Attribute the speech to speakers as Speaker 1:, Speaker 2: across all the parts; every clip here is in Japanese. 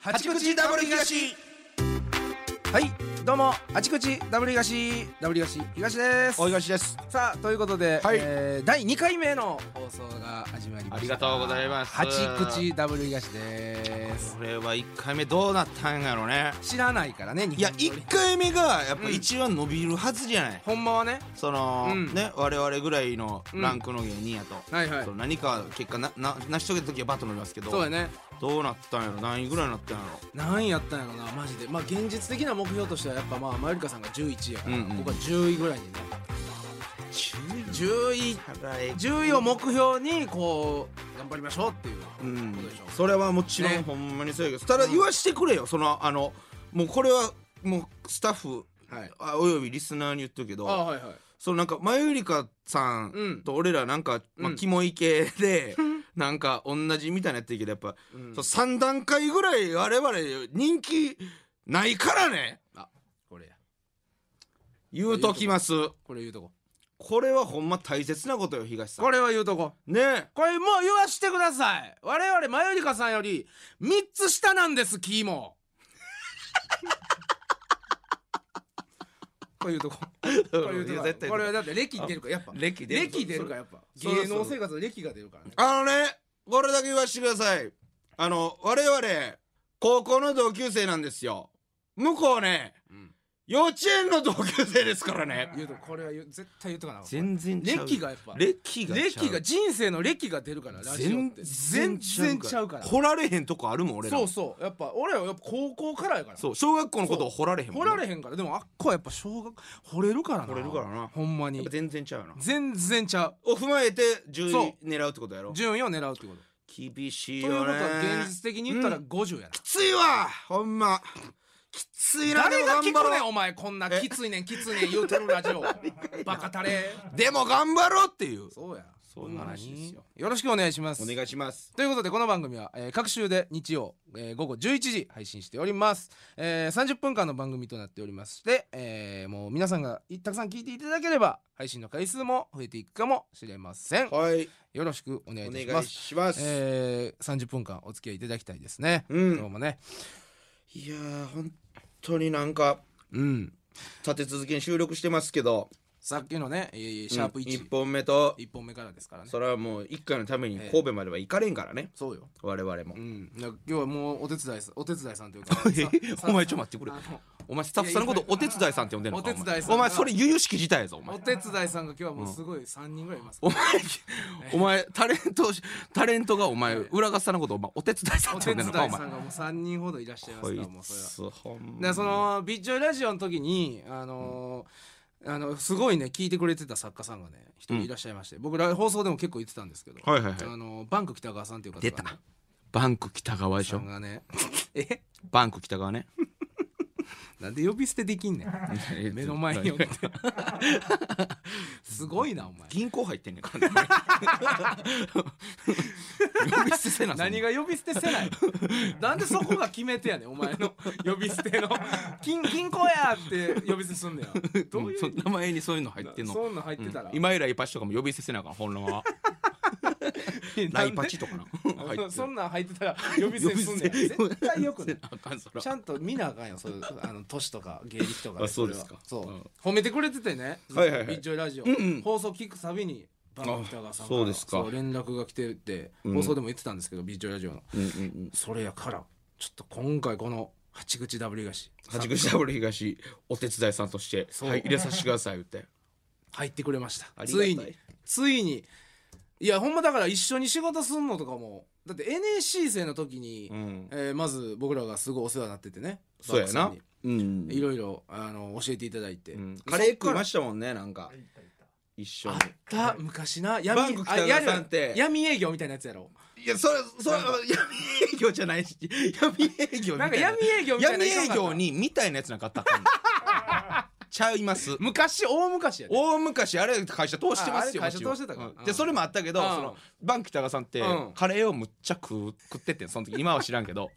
Speaker 1: 八口ダブル東
Speaker 2: はいどうもあちこちダブル東ダブル東東です
Speaker 1: 大東です
Speaker 2: さあということで、
Speaker 1: はい
Speaker 2: えー第2回目の放送が始まりました
Speaker 1: ありがとうございます
Speaker 2: 八口ダブル東です
Speaker 1: これは1回目どうなったんやろね
Speaker 2: 知らないからね
Speaker 1: いや
Speaker 2: 日本
Speaker 1: 1回目がやっぱ一番伸びるはずじゃない、
Speaker 2: ほんまはね
Speaker 1: その、
Speaker 2: うん
Speaker 1: ね我々ぐらいのランクの芸人やと、
Speaker 2: はいはい
Speaker 1: そう何か結果なな成し遂げた時はバッと伸びますけど
Speaker 2: そうやね
Speaker 1: どうなったんやろ何位ぐらいになったんやろ
Speaker 2: 何位やったんやろなマジでまあ現実的な目標としてはやっぱまあマユリカさんが11位やから、
Speaker 1: うんうん
Speaker 2: 僕は10位ぐらいにね10位
Speaker 1: 10
Speaker 2: 10位を目標にこう頑張りましょうっていう
Speaker 1: う
Speaker 2: こと
Speaker 1: ん
Speaker 2: でしょ、
Speaker 1: それはもちろん、
Speaker 2: ね
Speaker 1: ほんまにそうやけどただ言わしてくれよそのあのもうこれはもうスタッフ、
Speaker 2: はい
Speaker 1: あおよびリスナーに言っとくけど
Speaker 2: ああはいはい
Speaker 1: そのなんかマユリカさんと俺らなんか、
Speaker 2: うん
Speaker 1: ま
Speaker 2: う
Speaker 1: あ、
Speaker 2: ん
Speaker 1: キモい系 で、なんか同じみたいなやってるけどやっぱ、
Speaker 2: うん
Speaker 1: そう3段階ぐらい我々人気ないからね
Speaker 2: あこれや
Speaker 1: 言うときます
Speaker 2: これ言うとこ
Speaker 1: これはほんま大切なことよ東さん
Speaker 2: これは言うとこ
Speaker 1: ね
Speaker 2: これもう言わしてください我々マユリカさんより3つ下なんですキーモこれ言うとこ
Speaker 1: こ
Speaker 2: これ言うとこ
Speaker 1: 絶対
Speaker 2: これはだって歴出るからやっぱ
Speaker 1: 歴出る
Speaker 2: 歴出るからやっぱ
Speaker 1: そうそう
Speaker 2: 芸能生活の歴が出るからね
Speaker 1: あのねこれだけ言わしてくださいあの我々高校の同級生なんですよ向こうね、
Speaker 2: うん
Speaker 1: 幼稚園の同級生ですからね
Speaker 2: 言うとここれは言う絶対言うとかな
Speaker 1: 然
Speaker 2: 歴がやっぱ
Speaker 1: 歴がちゃう
Speaker 2: 歴が人生の歴が出るからラジオって全
Speaker 1: 全然
Speaker 2: 然ちゃうから
Speaker 1: 掘られへんとこあるもん俺ら
Speaker 2: そうそうやっぱ俺はやっぱ高校からやから
Speaker 1: そう小学校のことを掘られへんも
Speaker 2: 掘
Speaker 1: んな
Speaker 2: られへんからでもあっこはやっぱ小学掘れるからな
Speaker 1: 掘れるからな
Speaker 2: ほんま
Speaker 1: やっ
Speaker 2: に
Speaker 1: ぱ全然ちゃうよな
Speaker 2: 全然ちゃう
Speaker 1: を踏まえて10
Speaker 2: そう
Speaker 1: 位狙うってことやろ
Speaker 2: 順位を狙うってこと
Speaker 1: 厳し
Speaker 2: と
Speaker 1: い
Speaker 2: いうこ
Speaker 1: よ
Speaker 2: と
Speaker 1: ね
Speaker 2: は現実的に言ったら
Speaker 1: うん
Speaker 2: 50やな
Speaker 1: きついわほんまきついな
Speaker 2: 誰が
Speaker 1: で
Speaker 2: 聞
Speaker 1: も頑張
Speaker 2: くねん
Speaker 1: ろう
Speaker 2: お前こんな
Speaker 1: え
Speaker 2: きついねんきついねん言うてるラ ジオバカタレ
Speaker 1: でも頑張ろうっていう
Speaker 2: そうや
Speaker 1: そういう話ですよ
Speaker 2: よろしくお願いします
Speaker 1: お願いします
Speaker 2: ということでこの番組は、えー各週で日曜、えー午後11時配信しております、えー30分間の番組となっておりまして、えーもう皆さんがたくさん聞いていただければ配信の回数も増えていくかもしれません
Speaker 1: はい
Speaker 2: よろしくお願い
Speaker 1: お
Speaker 2: いたし
Speaker 1: 願
Speaker 2: ま
Speaker 1: い
Speaker 2: す
Speaker 1: します、
Speaker 2: えー30分間お付き合いいただきたいですね、
Speaker 1: うん
Speaker 2: どうもね
Speaker 1: いやー本当になんか
Speaker 2: うん
Speaker 1: 立て続けに収録してますけど
Speaker 2: さっきのね、えーシャープ1、
Speaker 1: 1本目と
Speaker 2: 一本目からですからね
Speaker 1: それはもう一回のために神戸までは行かれんからね、
Speaker 2: そうよ
Speaker 1: 我々も
Speaker 2: う。ん、だから今日はもうお手伝いさお手伝いさんというかさ
Speaker 1: お前ちょっと待ってくれ
Speaker 2: あの
Speaker 1: お前スタッフさんのことお手伝いさんって呼んでんのか
Speaker 2: お手伝いさんが
Speaker 1: お前それ由々しき事態やぞお前
Speaker 2: お手伝いさんが今日はもうすごい3人ぐらいいます、
Speaker 1: お前お前タレントタレントがお前裏方さんのことお前お手伝いさん
Speaker 2: お
Speaker 1: って呼
Speaker 2: 手
Speaker 1: んで
Speaker 2: 伝
Speaker 1: ん
Speaker 2: い
Speaker 1: の
Speaker 2: さ
Speaker 1: かお
Speaker 2: んが
Speaker 1: 前
Speaker 2: もう3人ほどいらっしゃいます
Speaker 1: こ
Speaker 2: から
Speaker 1: い
Speaker 2: もうそれは
Speaker 1: つほんま
Speaker 2: でその「ビッチョイラジオ」の時にあのーあのすごいね聞いてくれてた作家さんがね一人いらっしゃいまして、僕ら放送でも結構言ってたんですけど、
Speaker 1: はいはいはい
Speaker 2: あのーバンク北川さんっていう方が、ね、
Speaker 1: 出たバンク北川でし
Speaker 2: さ
Speaker 1: ょ
Speaker 2: んがね え
Speaker 1: バンク 北川ね
Speaker 2: なんで呼び捨てできんねん 目の前に呼んで すごいな お前
Speaker 1: 銀行入ってんねんから ね呼び捨てせなそんな
Speaker 2: 何が呼び捨てせない なんでそこが決めてやねんお前の 呼び捨 ての金金庫やって呼び捨てすんねやどういう
Speaker 1: その名前にそういうの入ってんの
Speaker 2: そんなん入ってたら、
Speaker 1: うん今以来パチとかも呼び捨てせなあかん本来はライパチと かな入ってる
Speaker 2: そんなん入ってたら呼び捨てすんねん絶対よく ない
Speaker 1: あかんそ ら
Speaker 2: ちゃんと見なあかんよそういうあ の都市とか芸歴とか
Speaker 1: あそうですか
Speaker 2: それはそう
Speaker 1: うん
Speaker 2: 褒めてくれててね「
Speaker 1: はいはいはい
Speaker 2: ビッチョイラジオ」放送聞くたびにバン北川さんから
Speaker 1: そうですか
Speaker 2: そう連絡が来てて
Speaker 1: ん
Speaker 2: 放送でも言ってたんですけど、ビッチョイラジオの
Speaker 1: うんうんうん
Speaker 2: それやからちょっと今回この八口ダブリガシ
Speaker 1: 八口ダブル東お手伝いさんとして、
Speaker 2: そう
Speaker 1: はい、入れさせてください言 って
Speaker 2: 入ってくれました
Speaker 1: あり
Speaker 2: つ
Speaker 1: がたい
Speaker 2: いについにいやほんまだから一緒に仕事すんのとかもだって NSC 生の時に、
Speaker 1: ん
Speaker 2: えーまず僕らがすごいお世話になっててね
Speaker 1: そうや
Speaker 2: バッ
Speaker 1: な
Speaker 2: クさんに
Speaker 1: うん
Speaker 2: いろいろあの教えていただいて、
Speaker 1: カレー食いま
Speaker 2: し
Speaker 1: したもんねなんか一緒
Speaker 2: あ
Speaker 1: に
Speaker 2: った昔な
Speaker 1: バン
Speaker 2: 闇
Speaker 1: ク
Speaker 2: あ
Speaker 1: 北川さんって
Speaker 2: やる闇営業みたいなやつやろ
Speaker 1: いやそれそれ闇営業じゃないし闇営業みたいな
Speaker 2: なんか闇営業みたいな
Speaker 1: 闇
Speaker 2: の行かなかった
Speaker 1: 営業にみたいなやつなんかあったかん ちゃいます
Speaker 2: 昔大昔やで
Speaker 1: 大昔あれ会社通してますよ
Speaker 2: ああれ会社
Speaker 1: もちろん
Speaker 2: 通してたから
Speaker 1: うんでそれもあったけど
Speaker 2: うん
Speaker 1: そのバンキ北川さんって
Speaker 2: うん
Speaker 1: カレーをむっちゃ食う食っててその時今は知らんけど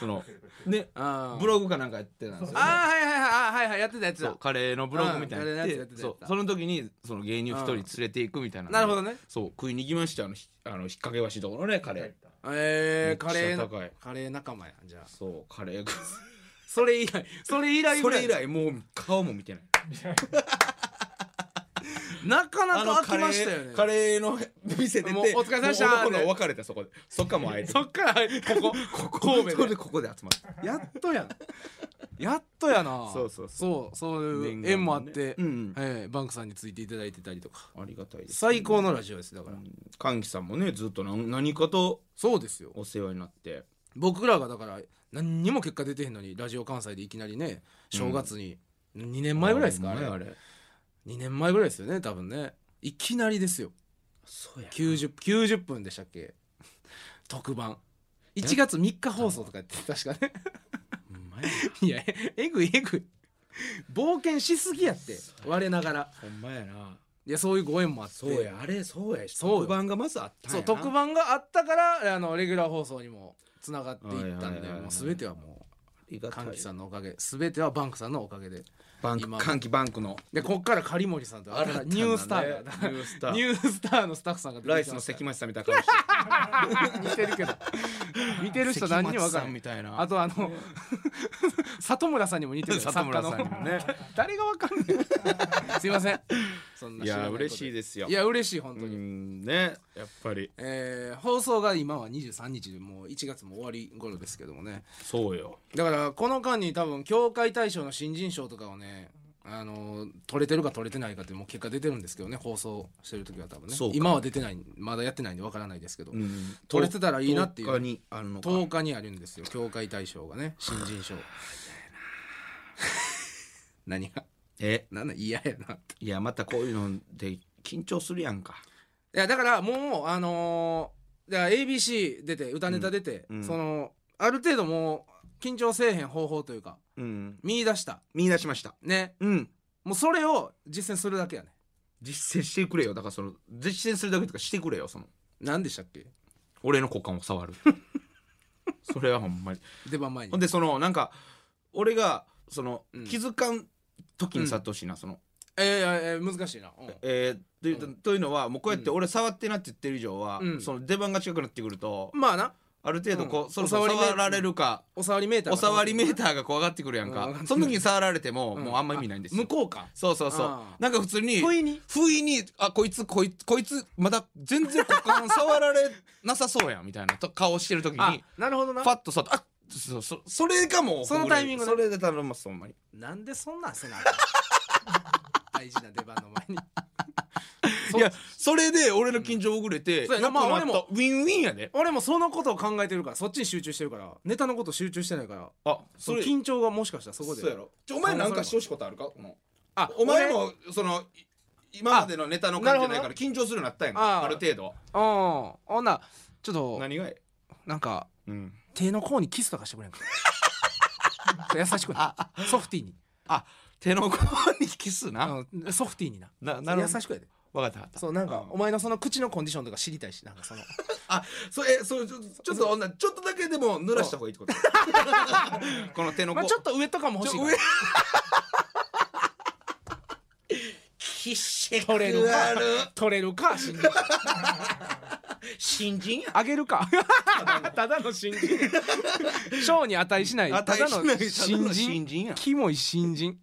Speaker 1: そのね
Speaker 2: あ
Speaker 1: ブログかなんかやってたんですよ、ね、
Speaker 2: あーはいはいはいあはいはいやってたやつ
Speaker 1: そ
Speaker 2: だ
Speaker 1: うカレーのブログみたいなのやって
Speaker 2: うんカレーのやつやってた
Speaker 1: そ
Speaker 2: やつだ
Speaker 1: うその時にその芸人を一人連れていくみたいなので
Speaker 2: なるほどね
Speaker 1: そう食いに行きましたあのひあの引っ掛け橋ところねカレー
Speaker 2: えー、カレー
Speaker 1: め
Speaker 2: の
Speaker 1: っちゃ高い
Speaker 2: カレー仲間やじゃあ
Speaker 1: そうカレー
Speaker 2: それ以来それ以来
Speaker 1: そ
Speaker 2: ぐらい
Speaker 1: れ以来もう顔も見てない
Speaker 2: なかな
Speaker 1: あの
Speaker 2: か
Speaker 1: カ
Speaker 2: 飽き
Speaker 1: レー
Speaker 2: ましたよね
Speaker 1: カレーの店出て
Speaker 2: もうお疲れ様でした
Speaker 1: もう男の子は別れたそこでそっからもう会えて
Speaker 2: そっからここ神戸
Speaker 1: それ
Speaker 2: で
Speaker 1: でここで集まって
Speaker 2: やっとやんやっとやな
Speaker 1: そうそう
Speaker 2: そうそういう縁
Speaker 1: 念願
Speaker 2: もあっ
Speaker 1: のね
Speaker 2: て、
Speaker 1: うん
Speaker 2: えーバンクさんについていただいてたりとか
Speaker 1: ありがたいです
Speaker 2: 最高のラジオですだから、
Speaker 1: 歓喜さんもねずっと何何かと
Speaker 2: そうですよ
Speaker 1: お世話になって
Speaker 2: 僕らがだから何にも結果出てへんのにラジオ関西でいきなりね正月に、2年前ぐらいですかあ
Speaker 1: あ
Speaker 2: れ
Speaker 1: れあれ
Speaker 2: 2年前ぐらいですよね多分ねいきなりですよ
Speaker 1: そうやな
Speaker 2: 90, 90分でしたっけ特番1月3日放送とかやって確かね
Speaker 1: ほんまやない
Speaker 2: やええぐいえぐい冒険しすぎやって我ながら
Speaker 1: ほんまやない
Speaker 2: やそういうご縁もあって
Speaker 1: そうやあれそうや
Speaker 2: そうよ
Speaker 1: 特番がまずあったん
Speaker 2: そ
Speaker 1: や
Speaker 2: う
Speaker 1: な
Speaker 2: 特番があったからあのレギュラー放送にもつながっていったん
Speaker 1: はいは
Speaker 2: で
Speaker 1: いはいはい
Speaker 2: もう全てはも
Speaker 1: ありが
Speaker 2: う
Speaker 1: たい
Speaker 2: 歓喜さんのおかげ全てはバンクさんのおかげで
Speaker 1: バン
Speaker 2: 今
Speaker 1: ク
Speaker 2: も
Speaker 1: 歓喜バンクの
Speaker 2: でこっから狩森さんと新たなニュースター
Speaker 1: 新
Speaker 2: が
Speaker 1: たなねニュースター
Speaker 2: ニュースターのスタッフさんが出
Speaker 1: ラ
Speaker 2: て
Speaker 1: イ
Speaker 2: き
Speaker 1: ス
Speaker 2: てま
Speaker 1: の
Speaker 2: した
Speaker 1: 関町さんみたいな感じ
Speaker 2: 似てるけど似てる人何にも分から
Speaker 1: 関町さん
Speaker 2: ん
Speaker 1: みたいな
Speaker 2: あとあの 里村さんにも似てるよ
Speaker 1: 里村さんにも
Speaker 2: 作家の誰が分かんないすいませんそんない知らな
Speaker 1: や
Speaker 2: こと
Speaker 1: 嬉しいですよ
Speaker 2: いや嬉しい本
Speaker 1: う
Speaker 2: 当に、
Speaker 1: んねやっぱり
Speaker 2: えー放送が今は23日でもう1月も終わり頃ですけどもね
Speaker 1: そうよ
Speaker 2: だからこの間に多分協会大賞の新人賞とかをねあの取れてるか取れてないかってもう結果出てるんですけどね放送してる時は多分ね
Speaker 1: そうか
Speaker 2: 今は出てないまだやってないんでわからないですけど、
Speaker 1: うん
Speaker 2: 取れてたらいいなっていう
Speaker 1: 10日にあんのか
Speaker 2: 10日にあるん ですよ協会大賞がね新人賞 何が
Speaker 1: え
Speaker 2: 何だ嫌やなって
Speaker 1: いやまたこういうので緊張するやんか
Speaker 2: いやだからもうあのーだから ABC 出て歌ネタ出て、
Speaker 1: うんうん
Speaker 2: そのある程度もう緊張せえへん方法というか
Speaker 1: うん
Speaker 2: 見出した
Speaker 1: 見出しました
Speaker 2: ね
Speaker 1: うん
Speaker 2: もうそれを実践するだけやね
Speaker 1: 実践してくれよだからその実践するだけとかしてくれよその
Speaker 2: 何でしたっけ
Speaker 1: 俺の股間を触る それはほんまに
Speaker 2: 出番前に
Speaker 1: ほんでそのなんか俺がその、
Speaker 2: うん
Speaker 1: 気づかん時にさってほしいな、その
Speaker 2: えー、えー難しいな、うん
Speaker 1: えーという
Speaker 2: うん
Speaker 1: というのはもうこうやって俺触ってなって言ってる以上は、
Speaker 2: うん
Speaker 1: その出番が近くなってくると、
Speaker 2: まあな
Speaker 1: ある程度こう、
Speaker 2: うん
Speaker 1: そろそろ
Speaker 2: お触りメー
Speaker 1: 触られるか、
Speaker 2: お触りメーター
Speaker 1: お触りメー
Speaker 2: ー
Speaker 1: ターがこう上がってくるやんか、
Speaker 2: うん上がってくる
Speaker 1: その時に触られても、もうあんま意味ないんですよ
Speaker 2: 向こうか
Speaker 1: そうそうそう
Speaker 2: あー
Speaker 1: なんか普通に
Speaker 2: 不意に
Speaker 1: 不意にあこいつこいつこいつまだ全然股間触られなさそうやんみたいなと顔してる時に
Speaker 2: あなるほど
Speaker 1: パ
Speaker 2: な
Speaker 1: ッとさあそそそれがもう
Speaker 2: そのタイミングね
Speaker 1: それで頼みますほんまに
Speaker 2: なんでそんなんせなあかん 大事な出番の前に
Speaker 1: いやそれで俺の緊張遅れて、
Speaker 2: そうやな
Speaker 1: 良く
Speaker 2: まあ
Speaker 1: っ
Speaker 2: 俺
Speaker 1: た
Speaker 2: も
Speaker 1: ウィンウィンやで
Speaker 2: 俺もそのことを考えてるからそっちに集中してるからネタのこと集中してないから
Speaker 1: あ
Speaker 2: その緊張がもしかしたらそこで
Speaker 1: そうやろちょお前なんかしてほしいことあるかこの
Speaker 2: あ
Speaker 1: お前
Speaker 2: 俺
Speaker 1: もそのい今までのネタの感じじゃないから緊張するようになったやん
Speaker 2: あ
Speaker 1: か
Speaker 2: ー
Speaker 1: ある程度
Speaker 2: うんほんなちょっと
Speaker 1: 何がい
Speaker 2: なんか
Speaker 1: うん
Speaker 2: 手の甲にキスとかしてくれんか ちょっと優しくなソフティーに
Speaker 1: あ手の甲にキスな
Speaker 2: うんソフティーにな
Speaker 1: ななるほど
Speaker 2: 優しくやで
Speaker 1: 分かった分かった
Speaker 2: そうなんか
Speaker 1: ん
Speaker 2: お前のその口のコンディションとか知りたいしなんかその
Speaker 1: あそれえそうちょちょっと女ちょっとだけでも濡らした方がいいってこと この手の甲
Speaker 2: まあちょっと上とかも欲しいから
Speaker 1: ちょ必死
Speaker 2: 取れるか
Speaker 1: る
Speaker 2: 取れるか新人
Speaker 1: 新人や
Speaker 2: あげるか ただの新人 賞に値しないただの新人
Speaker 1: 人や
Speaker 2: キモい新人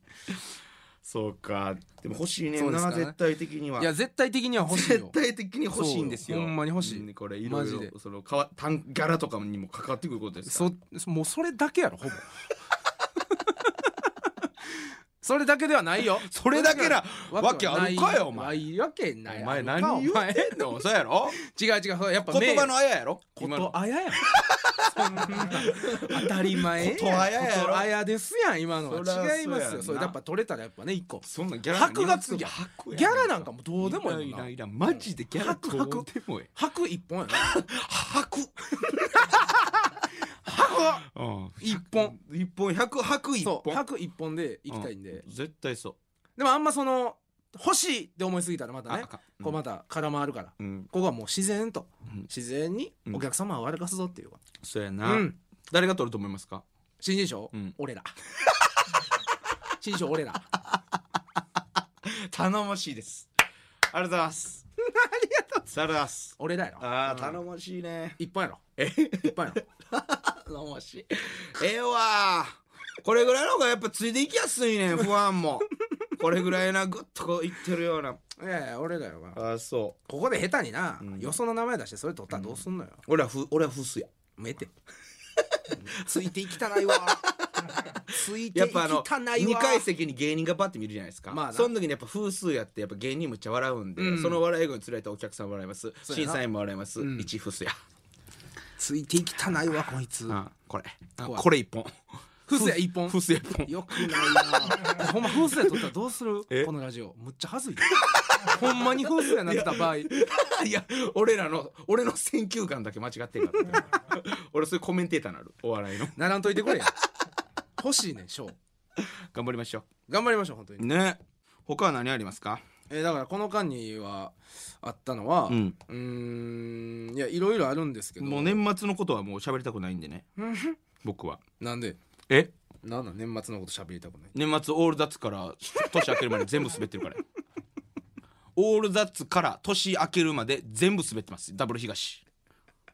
Speaker 1: そうかでも欲しいね
Speaker 2: そうんですか
Speaker 1: な
Speaker 2: ね
Speaker 1: 絶対的にはい
Speaker 2: や絶対的には欲しい
Speaker 1: 絶
Speaker 2: よ
Speaker 1: 対的に欲しいんですよ
Speaker 2: そうほんまに欲しい
Speaker 1: うんこれいろ
Speaker 2: マ
Speaker 1: い
Speaker 2: ジで
Speaker 1: ろそのかわ単ギャラとかにもかかってくることですから
Speaker 2: そもうそれだけやろほぼ それだけではないよ
Speaker 1: それだけなわけあるかよお
Speaker 2: な
Speaker 1: 前
Speaker 2: いわけない
Speaker 1: お前
Speaker 2: あるか
Speaker 1: 何言
Speaker 2: お前
Speaker 1: ってんのそう やろ
Speaker 2: 違う違うそうやっぱ名
Speaker 1: 言葉のあややろ
Speaker 2: こ
Speaker 1: 今の
Speaker 2: とあややんそんな当たり前やん
Speaker 1: ことあややろ
Speaker 2: ことあやですやん今のは
Speaker 1: そりゃそうやんな
Speaker 2: 違いますよそれやっぱ取れたらやっぱね一個
Speaker 1: そんなギャラ
Speaker 2: 箔がつく
Speaker 1: ギ
Speaker 2: ギ
Speaker 1: ャ
Speaker 2: ャラなんかもうどうでもいい
Speaker 1: い
Speaker 2: も
Speaker 1: ら
Speaker 2: ん
Speaker 1: んい
Speaker 2: な
Speaker 1: らんいらんマジでギャラ
Speaker 2: 白白
Speaker 1: どうでもえ
Speaker 2: 白一本やな
Speaker 1: 白
Speaker 2: 白
Speaker 1: うん
Speaker 2: 一本
Speaker 1: 一本百白一
Speaker 2: そう
Speaker 1: 本
Speaker 2: 白一本で行きたいんで
Speaker 1: 絶対そ
Speaker 2: でもあんまその欲しいって思いすぎたらま
Speaker 1: う
Speaker 2: たね
Speaker 1: あかん
Speaker 2: こうまた空回るから
Speaker 1: うん
Speaker 2: ここはもう自然と
Speaker 1: うん
Speaker 2: 自然に
Speaker 1: うん
Speaker 2: お客様を歩かすぞっていうか
Speaker 1: そうや
Speaker 2: う
Speaker 1: なん誰が取ると思いますか
Speaker 2: 新人賞、
Speaker 1: うん
Speaker 2: 俺ら新人賞俺らあ
Speaker 1: 頼もしいです ありがとうございます
Speaker 2: りがとう
Speaker 1: さありがとうございます
Speaker 2: 俺らやろ
Speaker 1: あ
Speaker 2: うん
Speaker 1: ー頼もしいね
Speaker 2: いっぱいやろ
Speaker 1: え
Speaker 2: いっぱいやろ 頼もしい
Speaker 1: ええわこれぐらいの方がやっぱついていきやすいねん不安もこれぐらいなグッとこういってるようない
Speaker 2: やいや俺らよなこ
Speaker 1: あそ
Speaker 2: こで下手にな、
Speaker 1: うん
Speaker 2: よその名前出してそれ取ったらどうすんのよ、
Speaker 1: う俺はふ俺はフスや
Speaker 2: も うええってついていきたない わついて
Speaker 1: やっ
Speaker 2: いき
Speaker 1: ぱあの
Speaker 2: たないわ
Speaker 1: 2階席に芸人がバッて見るじゃないですか、
Speaker 2: まあな
Speaker 1: その時にやっぱ風数やってやっぱ芸人むっちゃ笑うんで、
Speaker 2: うん
Speaker 1: その笑い声につられたお客さんも笑います
Speaker 2: そうやな
Speaker 1: 審査員も笑います、
Speaker 2: うん
Speaker 1: 一風数や、
Speaker 2: ついていきたないわこいつ
Speaker 1: あこれあ
Speaker 2: 怖い
Speaker 1: これ一本
Speaker 2: 風船一本
Speaker 1: 風数一本
Speaker 2: よくないな ほんま風船取ったらどうする
Speaker 1: え
Speaker 2: このラジオむっちゃはずいよ ほんまに風船になってた場合
Speaker 1: いや俺らの俺の選球眼だけ間違ってる から俺そういうコメンテーターになるお笑いの
Speaker 2: ならんといてくれや欲しいね賞
Speaker 1: 頑張りましょ
Speaker 2: 頑張りましょう本当に、
Speaker 1: うね他は何ありますか
Speaker 2: えーだからこの間にはあったのは
Speaker 1: うん
Speaker 2: うーんいやいろいろあるんですけど
Speaker 1: もう年末のことはもう喋りたくないんでね僕は
Speaker 2: なんで
Speaker 1: え
Speaker 2: なんだ年末のこと喋りたくない
Speaker 1: 年末オールザッツから年明けるまで全部滑ってるから オールザッツから年明けるまで全部滑ってますダブル東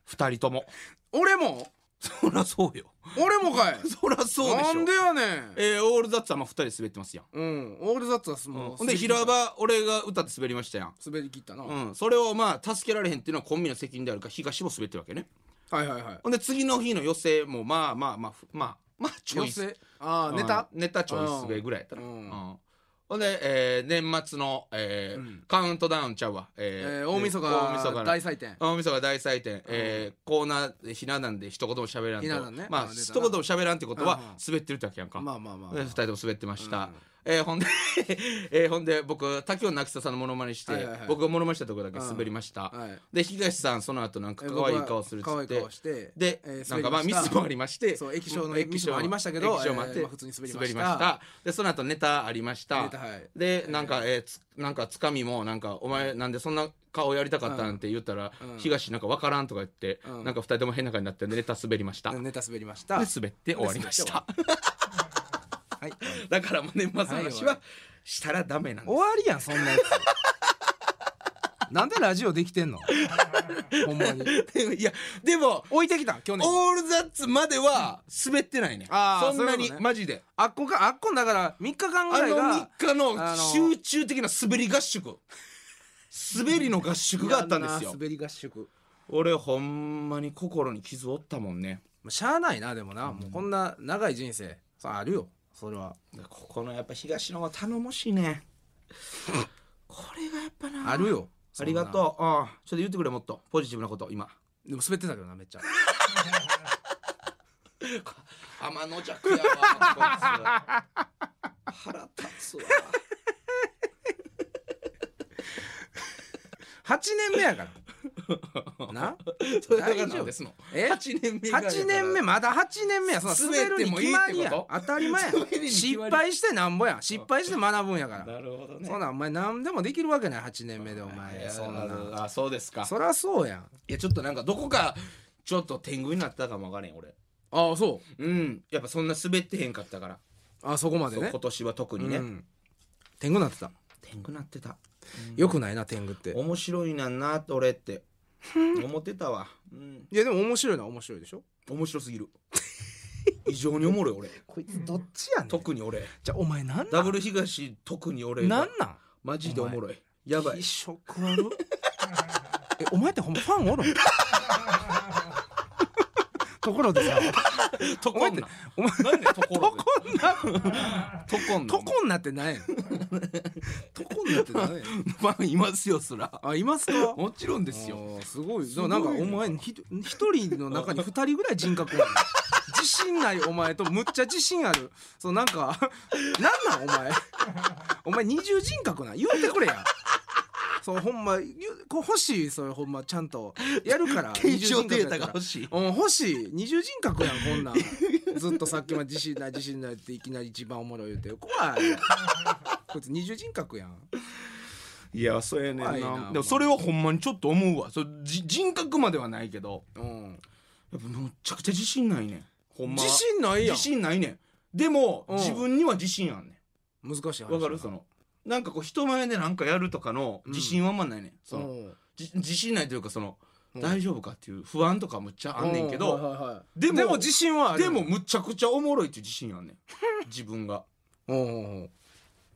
Speaker 1: 二人とも
Speaker 2: 俺も
Speaker 1: そらそうよ
Speaker 2: 俺もかい
Speaker 1: そらそうでし
Speaker 2: な
Speaker 1: ょ
Speaker 2: んでやねん
Speaker 1: えーオールザッツはまあ二人で滑ってますやん、
Speaker 2: うんオールザッツはすもう
Speaker 1: ほんで平場俺が歌って滑りましたやん
Speaker 2: 滑り切ったな、
Speaker 1: うん、それをまあ助けられへんっていうのはコンビの責任であるから東も滑ってるわけね
Speaker 2: はいはいはい
Speaker 1: ほんで次の日の予選もまあまあまあふまあまあちょい
Speaker 2: 寄せああネタ
Speaker 1: うんネタちょい滑ぐらいやったら、
Speaker 2: うん
Speaker 1: うんほんで、えー年末の、えー
Speaker 2: うん
Speaker 1: カウントダウンちゃうわ、え
Speaker 2: え
Speaker 1: ー
Speaker 2: ー大晦日
Speaker 1: 大晦日
Speaker 2: 大祭典
Speaker 1: 大晦日大祭典、えーコーナーひな壇で一言も喋らん
Speaker 2: ひな
Speaker 1: と、
Speaker 2: 壇ね
Speaker 1: まあ
Speaker 2: あ出
Speaker 1: 一
Speaker 2: た
Speaker 1: 言
Speaker 2: な
Speaker 1: も喋らんってこと
Speaker 2: うんうん
Speaker 1: は滑ってるってわけやんか、
Speaker 2: まあまあまあま
Speaker 1: で
Speaker 2: あ
Speaker 1: 二人とも滑ってました、
Speaker 2: うん
Speaker 1: えーほんで、 えーほんで僕滝尾なきささんのモノマネして、
Speaker 2: はいはいはい
Speaker 1: 僕がモノマネしたところだけ滑りました、
Speaker 2: はい
Speaker 1: で東さんその後なんか
Speaker 2: えー
Speaker 1: 可愛い顔するっつ
Speaker 2: 僕は可愛
Speaker 1: っ
Speaker 2: い
Speaker 1: て
Speaker 2: 顔して
Speaker 1: で、
Speaker 2: えー
Speaker 1: なんかまあ
Speaker 2: 滑りし
Speaker 1: ミ
Speaker 2: た
Speaker 1: スもありまして
Speaker 2: そう液晶の
Speaker 1: うん
Speaker 2: ミスもありましたけど
Speaker 1: 液晶もあって、
Speaker 2: えーまあ普通に滑りました
Speaker 1: でその後ネタありました
Speaker 2: ネタはい
Speaker 1: でなんか、えーつなんかつかみもなんか「お前なんでそんな顔やりたかったん?」って言ったら、
Speaker 2: うん
Speaker 1: 東なんか分からんとか言って、
Speaker 2: うん
Speaker 1: なんか二人とも変な顔になってネタ滑りました、で
Speaker 2: ネタ滑りました
Speaker 1: 滑って終わりました
Speaker 2: はい、
Speaker 1: だからもう年末の
Speaker 2: はい
Speaker 1: 話
Speaker 2: 終わ
Speaker 1: はしたらダメなんで
Speaker 2: 終わりやんそんなや つなんでラジオできてんの ほんまに
Speaker 1: す いやでも
Speaker 2: 置いてきたん去年
Speaker 1: オールザッツまでは滑ってないね、
Speaker 2: あー
Speaker 1: そんな
Speaker 2: そうい
Speaker 1: に
Speaker 2: うことね
Speaker 1: マジで
Speaker 2: あっこかあっこだから3日間ぐ
Speaker 1: あ
Speaker 2: らい
Speaker 1: の
Speaker 2: が
Speaker 1: 3日
Speaker 2: あ
Speaker 1: の
Speaker 2: の
Speaker 1: 集中的な滑り合宿滑りの合宿があったんです
Speaker 2: いや
Speaker 1: よ
Speaker 2: な滑り合宿
Speaker 1: 俺ほんまに心に傷負ったもんね
Speaker 2: まあしゃあないなでもな、もうこんな長い人生さあるよそれは
Speaker 1: ここのやっぱ東の方が頼もしいねこれがやっぱな
Speaker 2: あるよ
Speaker 1: ありがとううんちょっと言ってくれもっとポジティブなこと今
Speaker 2: うでも滑ってたけどなめっちゃ
Speaker 1: 天の弱やわこいつ腹立つわ
Speaker 2: 8年目やから な
Speaker 1: それが何ですの
Speaker 2: え
Speaker 1: 8年目がやから
Speaker 2: 8年目まだ8年目やその滑るに決まりや
Speaker 1: 滑ってもいいってこと
Speaker 2: 当たり前や
Speaker 1: 滑りに決
Speaker 2: 失
Speaker 1: まり
Speaker 2: 敗してなんぼや失敗して学ぶんやから
Speaker 1: なるほど ね
Speaker 2: そんなんお前何でもできるわけない8年目でお前そんな
Speaker 1: ああそうですか
Speaker 2: そりゃそうやん
Speaker 1: いやちょっとなんかどこかちょっと天狗になったかもわからへん俺
Speaker 2: ああそう
Speaker 1: うんやっぱそんな滑ってへんかったから、
Speaker 2: あそこまで
Speaker 1: そう
Speaker 2: ね
Speaker 1: 今年は特にね、
Speaker 2: うん天狗なってた
Speaker 1: 天狗なってた
Speaker 2: よくないな天狗って
Speaker 1: 面白いなんなって俺って思ってたわ、うん、
Speaker 2: いやでも面白いのは面白いでしょ
Speaker 1: 面白すぎる異常におもろい俺
Speaker 2: こいつどっちやね
Speaker 1: 特に俺
Speaker 2: じゃあお前なん
Speaker 1: ダ
Speaker 2: な
Speaker 1: ブ
Speaker 2: ん
Speaker 1: ル東特に俺
Speaker 2: なんなん
Speaker 1: マジでおもろいやばい
Speaker 2: 気色悪 えお前ってほんまファンおるんところで さ
Speaker 1: と
Speaker 2: お前っ
Speaker 1: こん
Speaker 2: て
Speaker 1: な
Speaker 2: お前
Speaker 1: なんでところで
Speaker 2: こんな
Speaker 1: とこんな
Speaker 2: とこんなって ないのとこんなってないの
Speaker 1: ファンいますよそら
Speaker 2: あいますか
Speaker 1: もちろんで
Speaker 2: です
Speaker 1: よ
Speaker 2: すごい
Speaker 1: す
Speaker 2: で
Speaker 1: ご
Speaker 2: も
Speaker 1: い
Speaker 2: な
Speaker 1: ね
Speaker 2: んかお前ひと一人の中に二人ぐらい人格 ある自信ないお前とむっちゃ自信あるそうなんか なんなんお前 お前二重人格なん言うてくれやそうほんま言うこう欲しいそれほんまちゃんとやる から
Speaker 1: 検証データが欲
Speaker 2: しい
Speaker 1: しい
Speaker 2: うん、欲しい二重人格やんこんなんずっとさっきまで自信ない自信ないっていきなり一番おもろい言うて怖いこいつ二重人格やん
Speaker 1: いやそうやねんな
Speaker 2: 怖いな
Speaker 1: でもそれはほんまにちょっと思うわそれじ人格まではないけど
Speaker 2: うん
Speaker 1: やっぱむっちゃくちゃ自信ないねんほんま
Speaker 2: 自
Speaker 1: は
Speaker 2: 信ないやん
Speaker 1: 自信ないねんでも、
Speaker 2: うん
Speaker 1: 自分には自信あんね
Speaker 2: 難しい話
Speaker 1: んわかるそのなんかこう人前でなんかやるとかの自信はあんまないねん、その
Speaker 2: の
Speaker 1: じ自信ないというかその、大丈夫かっていう不安とかむっちゃあんねんけど、
Speaker 2: で
Speaker 1: で
Speaker 2: も
Speaker 1: も
Speaker 2: でも自信はある
Speaker 1: でもむちゃくちゃおもろいっていう自信あ んねん自分が
Speaker 2: うんうんうん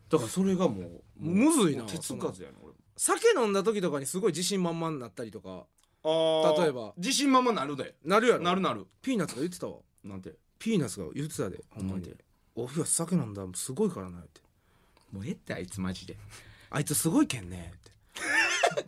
Speaker 1: だからそれがもう
Speaker 2: むずいな
Speaker 1: もう手つかずやねん
Speaker 2: 酒飲んだ時とかにすごい自信満々になったりとか
Speaker 1: 俺
Speaker 2: 例えば
Speaker 1: 自信満々なるで
Speaker 2: なるやろ
Speaker 1: なるなる
Speaker 2: ピーナッツが言ってたわ
Speaker 1: なんて
Speaker 2: ピーナッツが言ってたでほんま
Speaker 1: な
Speaker 2: に
Speaker 1: んで
Speaker 2: おふや酒飲んだらすごいからなって
Speaker 1: もうええってあいつマジで
Speaker 2: あいつすごいけんねって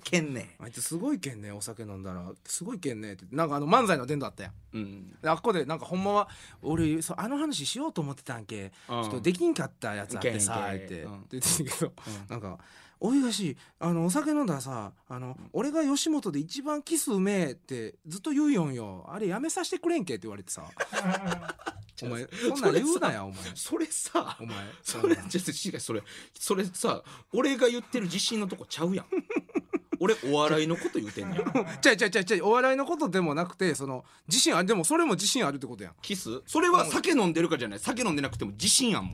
Speaker 1: けんね
Speaker 2: あいつすごいけんねお酒飲んだらすごいけんねってなんかあの漫才の伝道あったやん
Speaker 1: うん
Speaker 2: であっこでなんかほんまは俺そうあの話しようと思ってたんけちょっとできんかったやつあってさ
Speaker 1: い
Speaker 2: っ
Speaker 1: けんいけ
Speaker 2: て
Speaker 1: んうん
Speaker 2: 言ってたけどなんか「おいがしあのお酒飲んだらさあの俺が吉本で一番キスうめえってずっと言うよんよあれやめさせてくれんけ」って言われ てさお前そんなん言うなやお前
Speaker 1: それさ
Speaker 2: お前
Speaker 1: それちょっと違うそれそれさ俺が言ってる自信のとこちゃうやん俺お笑いのこと言うて んねん
Speaker 2: ちゃいちゃいちゃいちゃいお笑いのことでもなくてその自信あるでもそれも自信あるってことやん
Speaker 1: キスそれは酒飲んでるからじゃない酒飲んでなくても自信やん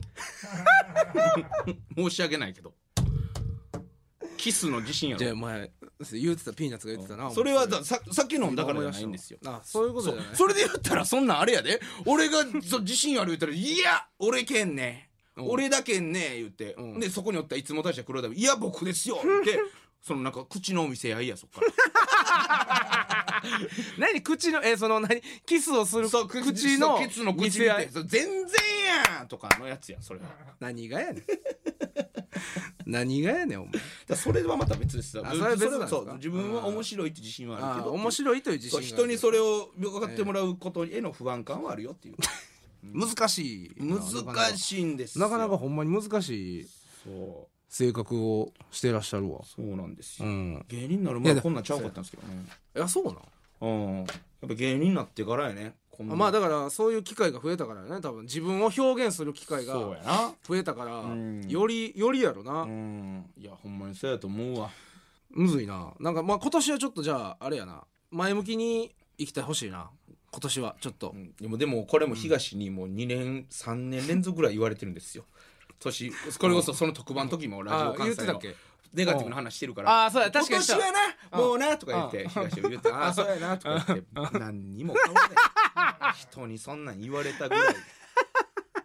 Speaker 1: もん申し訳ないけどキスの自信や
Speaker 2: じゃあ
Speaker 1: ろ
Speaker 2: お前言うてたピーナッツが言ってたなお前
Speaker 1: それはださ酒飲んだからじ
Speaker 2: 思出
Speaker 1: ゃな
Speaker 2: し
Speaker 1: い
Speaker 2: た
Speaker 1: んですよ
Speaker 2: あそういうこと
Speaker 1: そ
Speaker 2: じゃ
Speaker 1: う
Speaker 2: ない
Speaker 1: それで言ったらそんなんあれやで俺がそう自信ある言ったら「いや俺けんね
Speaker 2: うん
Speaker 1: 俺だけんね」言って、
Speaker 2: うん
Speaker 1: でそこにおったいつも大した黒田も「いや僕ですよ」ってそのなんか口のお店やいやそっから
Speaker 2: 何口のえその何キスをする
Speaker 1: そう
Speaker 2: 口の
Speaker 1: ケツの
Speaker 2: 見
Speaker 1: 口
Speaker 2: せ合い
Speaker 1: ってそう全然やんとかのやつやんそれはだか
Speaker 2: 何がやねん何がやねんお前
Speaker 1: らそれはまた別ですよ
Speaker 2: あそれは別なんですか
Speaker 1: そう自分は面白いって自信はある
Speaker 2: あ
Speaker 1: け
Speaker 2: ー
Speaker 1: ど
Speaker 2: 面白いという自
Speaker 1: そ
Speaker 2: 信
Speaker 1: う
Speaker 2: がある
Speaker 1: 人にそれを分かってもらうことへの不安感はあるよっていう
Speaker 2: 難しい
Speaker 1: 難しいんですよ
Speaker 2: なかなかほんまに難しい
Speaker 1: そう
Speaker 2: 性格をしてらっしゃるわ
Speaker 1: そうなんです
Speaker 2: う
Speaker 1: よ、
Speaker 2: ん
Speaker 1: 芸人になる
Speaker 2: いや
Speaker 1: 前
Speaker 2: で
Speaker 1: はこんなんちゃうかったんですけどね
Speaker 2: いやそうなん
Speaker 1: うんやっぱ芸人になってからやねこんな
Speaker 2: まあだからそういう機会が増えたからね多分自分を表現する機会が
Speaker 1: そうやな
Speaker 2: 増えたから、
Speaker 1: うん
Speaker 2: よりよりやろな、
Speaker 1: うんいやほんまにそうやと思うわ
Speaker 2: むずいななんかまあ今年はちょっとじゃああれやな前向きに生きてほしいな今年はちょっと、
Speaker 1: うんでもでもこれも東にもう2年3年連続ぐらい言われてるんですよ年これこそその特番の時もラジ
Speaker 2: あ
Speaker 1: オ
Speaker 2: あ言
Speaker 1: 関
Speaker 2: って
Speaker 1: 西
Speaker 2: た
Speaker 1: の
Speaker 2: っけ
Speaker 1: ネガティブな話してるから
Speaker 2: ああそうや確かに
Speaker 1: 今年はな
Speaker 2: うん
Speaker 1: もうなとか言って東を言ってああそうやなとか言って何にも変わらない 人にそんなん言われたぐらい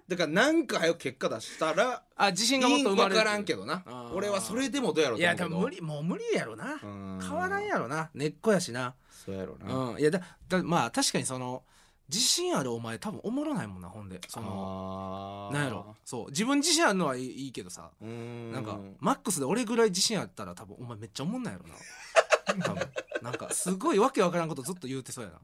Speaker 1: だからなんか早く結果出したら
Speaker 2: あ自
Speaker 1: い
Speaker 2: 信がもっ
Speaker 1: い
Speaker 2: と
Speaker 1: ん
Speaker 2: 生ま
Speaker 1: 分
Speaker 2: れる
Speaker 1: からんけどな
Speaker 2: あー
Speaker 1: 俺はそれでもどうやろう
Speaker 2: い
Speaker 1: と思
Speaker 2: や
Speaker 1: うけ
Speaker 2: で
Speaker 1: ど
Speaker 2: も無理もう無理やろな
Speaker 1: うん
Speaker 2: 変わらんやろな根っこやしな
Speaker 1: そうやろうな
Speaker 2: うんいやだだまあ確かにその自信あるお前多分おもろないもんなほんでその
Speaker 1: あー
Speaker 2: なんやろそう自分自信あるのはいいいいけどさ
Speaker 1: うーん
Speaker 2: なんかマックスで俺ぐらい自信あったら多分お前めっちゃおもんないやろ な多分なんかすごいわけわからんことずっと言うてそうやな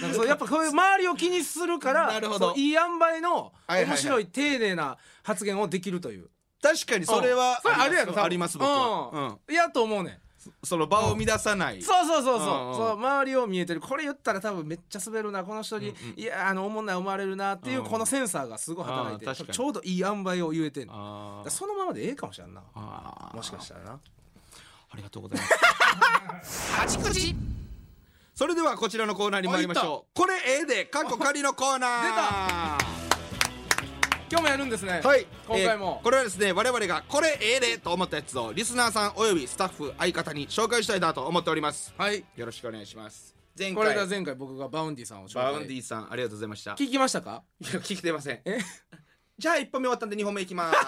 Speaker 2: なんかそうやっぱこういう周りを気にするから
Speaker 1: なるほど
Speaker 2: そういい塩梅の
Speaker 1: はいはいはい
Speaker 2: 面白い丁寧な発言をできるという
Speaker 1: 確かにそれは
Speaker 2: うんそれあるやろ多分
Speaker 1: あります僕は
Speaker 2: うん
Speaker 1: うん
Speaker 2: いやと思うねん
Speaker 1: その場を乱さない
Speaker 2: そうそうそうそう,、
Speaker 1: うんうん
Speaker 2: そう周りを見えてるこれ言ったら多分めっちゃ滑るなこの人に、
Speaker 1: うんうん
Speaker 2: いやあのおもんない思われるなっていう
Speaker 1: うん
Speaker 2: このセンサーがすごい働いて
Speaker 1: あー確かに
Speaker 2: ちょうどいい塩梅を言えてんのだか
Speaker 1: あ
Speaker 2: らそのままでええかもしれんな
Speaker 1: あ
Speaker 2: もしかしたらな
Speaker 1: ありがとうございます それではこちらのコーナーに参りましょうこれええで過去仮のコーナー
Speaker 2: 今日もやるんですね
Speaker 1: はい
Speaker 2: 今回も
Speaker 1: えーこれはですね我々がこれええでと思ったやつをリスナーさんおよびスタッフ相方に紹介したいなと思っております
Speaker 2: はい
Speaker 1: よろしくお願いします前
Speaker 2: これ
Speaker 1: 回
Speaker 2: が前回僕がバウンディさんを紹介
Speaker 1: バウンディさんありがとうございましたい
Speaker 2: 聞きましたか
Speaker 1: や 聞いてません
Speaker 2: え
Speaker 1: じゃあ一本目終わったんで二本目いきます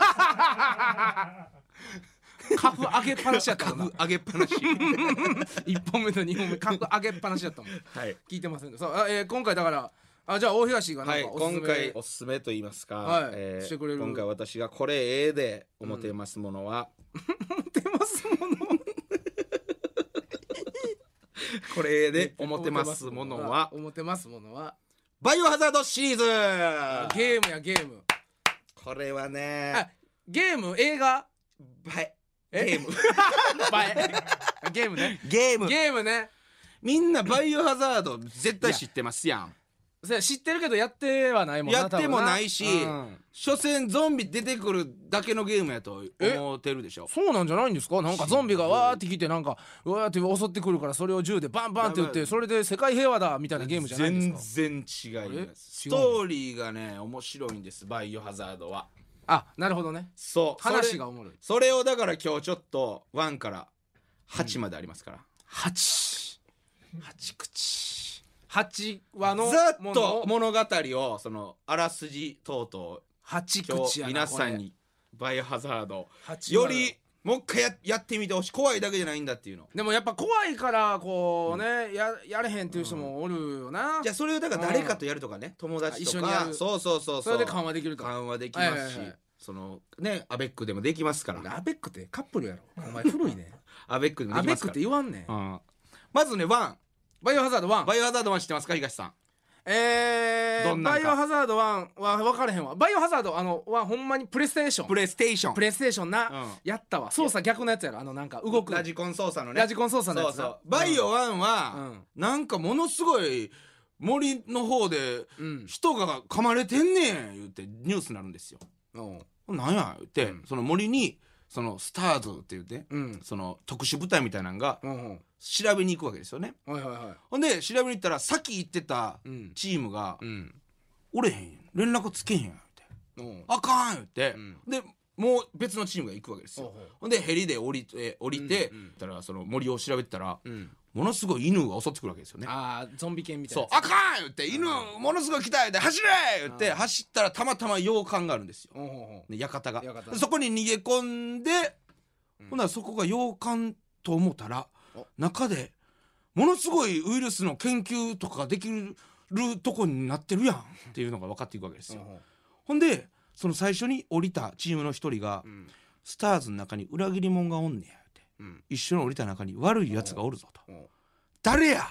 Speaker 2: カフ上げっぱなしや ったもんな
Speaker 1: 上げっぱなし
Speaker 2: 1本目と2本目カフ上げっぱなしやったもん
Speaker 1: はい
Speaker 2: 聞いてませんそうあ、えー今回だからあじゃあ大東がな
Speaker 1: は
Speaker 2: ん
Speaker 1: い、
Speaker 2: かおすすめ、
Speaker 1: 今回おすすめと言いますか、
Speaker 2: はい
Speaker 1: えー
Speaker 2: してくれる
Speaker 1: 今回私がこれええで 思ってますものは、
Speaker 2: 出ますもの
Speaker 1: これええで思ってますものは
Speaker 2: 思ってますものは
Speaker 1: バイオハザードシリーズ
Speaker 2: ゲームやゲーム
Speaker 1: これは
Speaker 2: あ
Speaker 1: ね
Speaker 2: ゲーム映画
Speaker 1: はい
Speaker 2: え
Speaker 1: ゲ ーム
Speaker 2: ゲームね
Speaker 1: ゲーム
Speaker 2: ゲームね
Speaker 1: みんなバイオハザード絶対知ってますやん
Speaker 2: そや知ってるけどやってはないもんな
Speaker 1: やってもないし
Speaker 2: 多分なうん
Speaker 1: 所詮ゾンビ出てくるだけのゲームやと思ってるでしょ
Speaker 2: そうなんじゃないんですかなんかゾンビがわーって来てなんかうわーって襲ってくるからそれを銃でバンバンって撃っ
Speaker 1: だか
Speaker 2: て
Speaker 1: ら
Speaker 2: それで世界平和だみたいなゲームじゃないんですか
Speaker 1: 全然違い
Speaker 2: え違う
Speaker 1: ま
Speaker 2: の
Speaker 1: すストーリーがね面白いんですバイオハザードは
Speaker 2: あなるほどね
Speaker 1: そう
Speaker 2: 話がおもろい
Speaker 1: それそれをだから今日ちょっと1から8までありますから、
Speaker 2: 八八口八話の
Speaker 1: ざっ
Speaker 2: もの
Speaker 1: と
Speaker 2: を
Speaker 1: 物語をそのあらすじ等々
Speaker 2: 八
Speaker 1: 今
Speaker 2: 口
Speaker 1: 日
Speaker 2: やな
Speaker 1: 皆さん
Speaker 2: これ
Speaker 1: にバイオハザード
Speaker 2: 八話
Speaker 1: よりもう一回ややってみてほしい怖いだけじゃないんだっていうの
Speaker 2: でもやっぱ怖いからこうね、ややれへんっていう人もおるよな、
Speaker 1: じゃあそれをだから誰かとやるとかね友達
Speaker 2: 一緒
Speaker 1: と
Speaker 2: にや
Speaker 1: か
Speaker 2: る
Speaker 1: そうそうそう
Speaker 2: そうれで緩和できると
Speaker 1: 緩和できますし
Speaker 2: はいはいはい
Speaker 1: そのねアベックでもできますから
Speaker 2: アベックってカップルやろお前古いね
Speaker 1: アベック でも
Speaker 2: ア
Speaker 1: でき
Speaker 2: ベ
Speaker 1: ま
Speaker 2: ッ
Speaker 1: す
Speaker 2: ク
Speaker 1: か
Speaker 2: って言わんねん
Speaker 1: らうんまずねワン
Speaker 2: バイオハザード1
Speaker 1: バイオハザード1知ってますか東さん
Speaker 2: え
Speaker 1: ど
Speaker 2: ー、
Speaker 1: んな
Speaker 2: バ
Speaker 1: んか
Speaker 2: イオハザード1は分からへんわバイオハザードあのはほんまにプレイステーション
Speaker 1: プレイステーション
Speaker 2: プレイステーションな、
Speaker 1: うん
Speaker 2: やったわ操作逆のやつやろあのなんか動く
Speaker 1: ラジコン操作のね
Speaker 2: ラジコン操作のやつな
Speaker 1: そうそうバイオ1はなんかものすごい森の方で
Speaker 2: うん、
Speaker 1: 人が噛まれてんねん言ってニュースになるんですよ
Speaker 2: うん
Speaker 1: なんや言って
Speaker 2: うん
Speaker 1: その森にそのスターズって言って
Speaker 2: うん
Speaker 1: その特殊部隊みたいなのが
Speaker 2: うんうん
Speaker 1: 調べに行くわけですよね
Speaker 2: はいはいは
Speaker 1: ほんで調べに行ったらさっき行ってた
Speaker 2: いうん
Speaker 1: チームが
Speaker 2: うん
Speaker 1: 「おれへんやん連絡つけへんやん」って
Speaker 2: うん
Speaker 1: 「あかん」言って、
Speaker 2: うん
Speaker 1: でもう別のチームが行くわけですよ
Speaker 2: ほうほう
Speaker 1: ほんでヘリで降りて降りて、
Speaker 2: うんうん
Speaker 1: たらその森を調べてたら
Speaker 2: うん
Speaker 1: ものすごい犬が襲ってくるわけですよね
Speaker 2: あーゾンビ犬みたい
Speaker 1: そ
Speaker 2: な
Speaker 1: う
Speaker 2: や
Speaker 1: 「あかん!」言って「犬ものすごい来た!」言って「走れ!」言って
Speaker 2: うん
Speaker 1: 走ったらたまたま洋館があるんですよ
Speaker 2: つうんうんうん
Speaker 1: で館が
Speaker 2: 館
Speaker 1: そこに逃げ込んで、
Speaker 2: うん
Speaker 1: ほんならそこが洋館と思ったら
Speaker 2: お
Speaker 1: 中でものすごいウイルスの研究とかができるとこになってるやんっていうのが分かっていくわけですよ、ほんでその最初に降りたチームの一人が、
Speaker 2: うん
Speaker 1: スターズの中に裏切り者がおんねやって
Speaker 2: うん
Speaker 1: 一緒に降りた中に悪いやつがおるぞと
Speaker 2: うんっ
Speaker 1: 誰や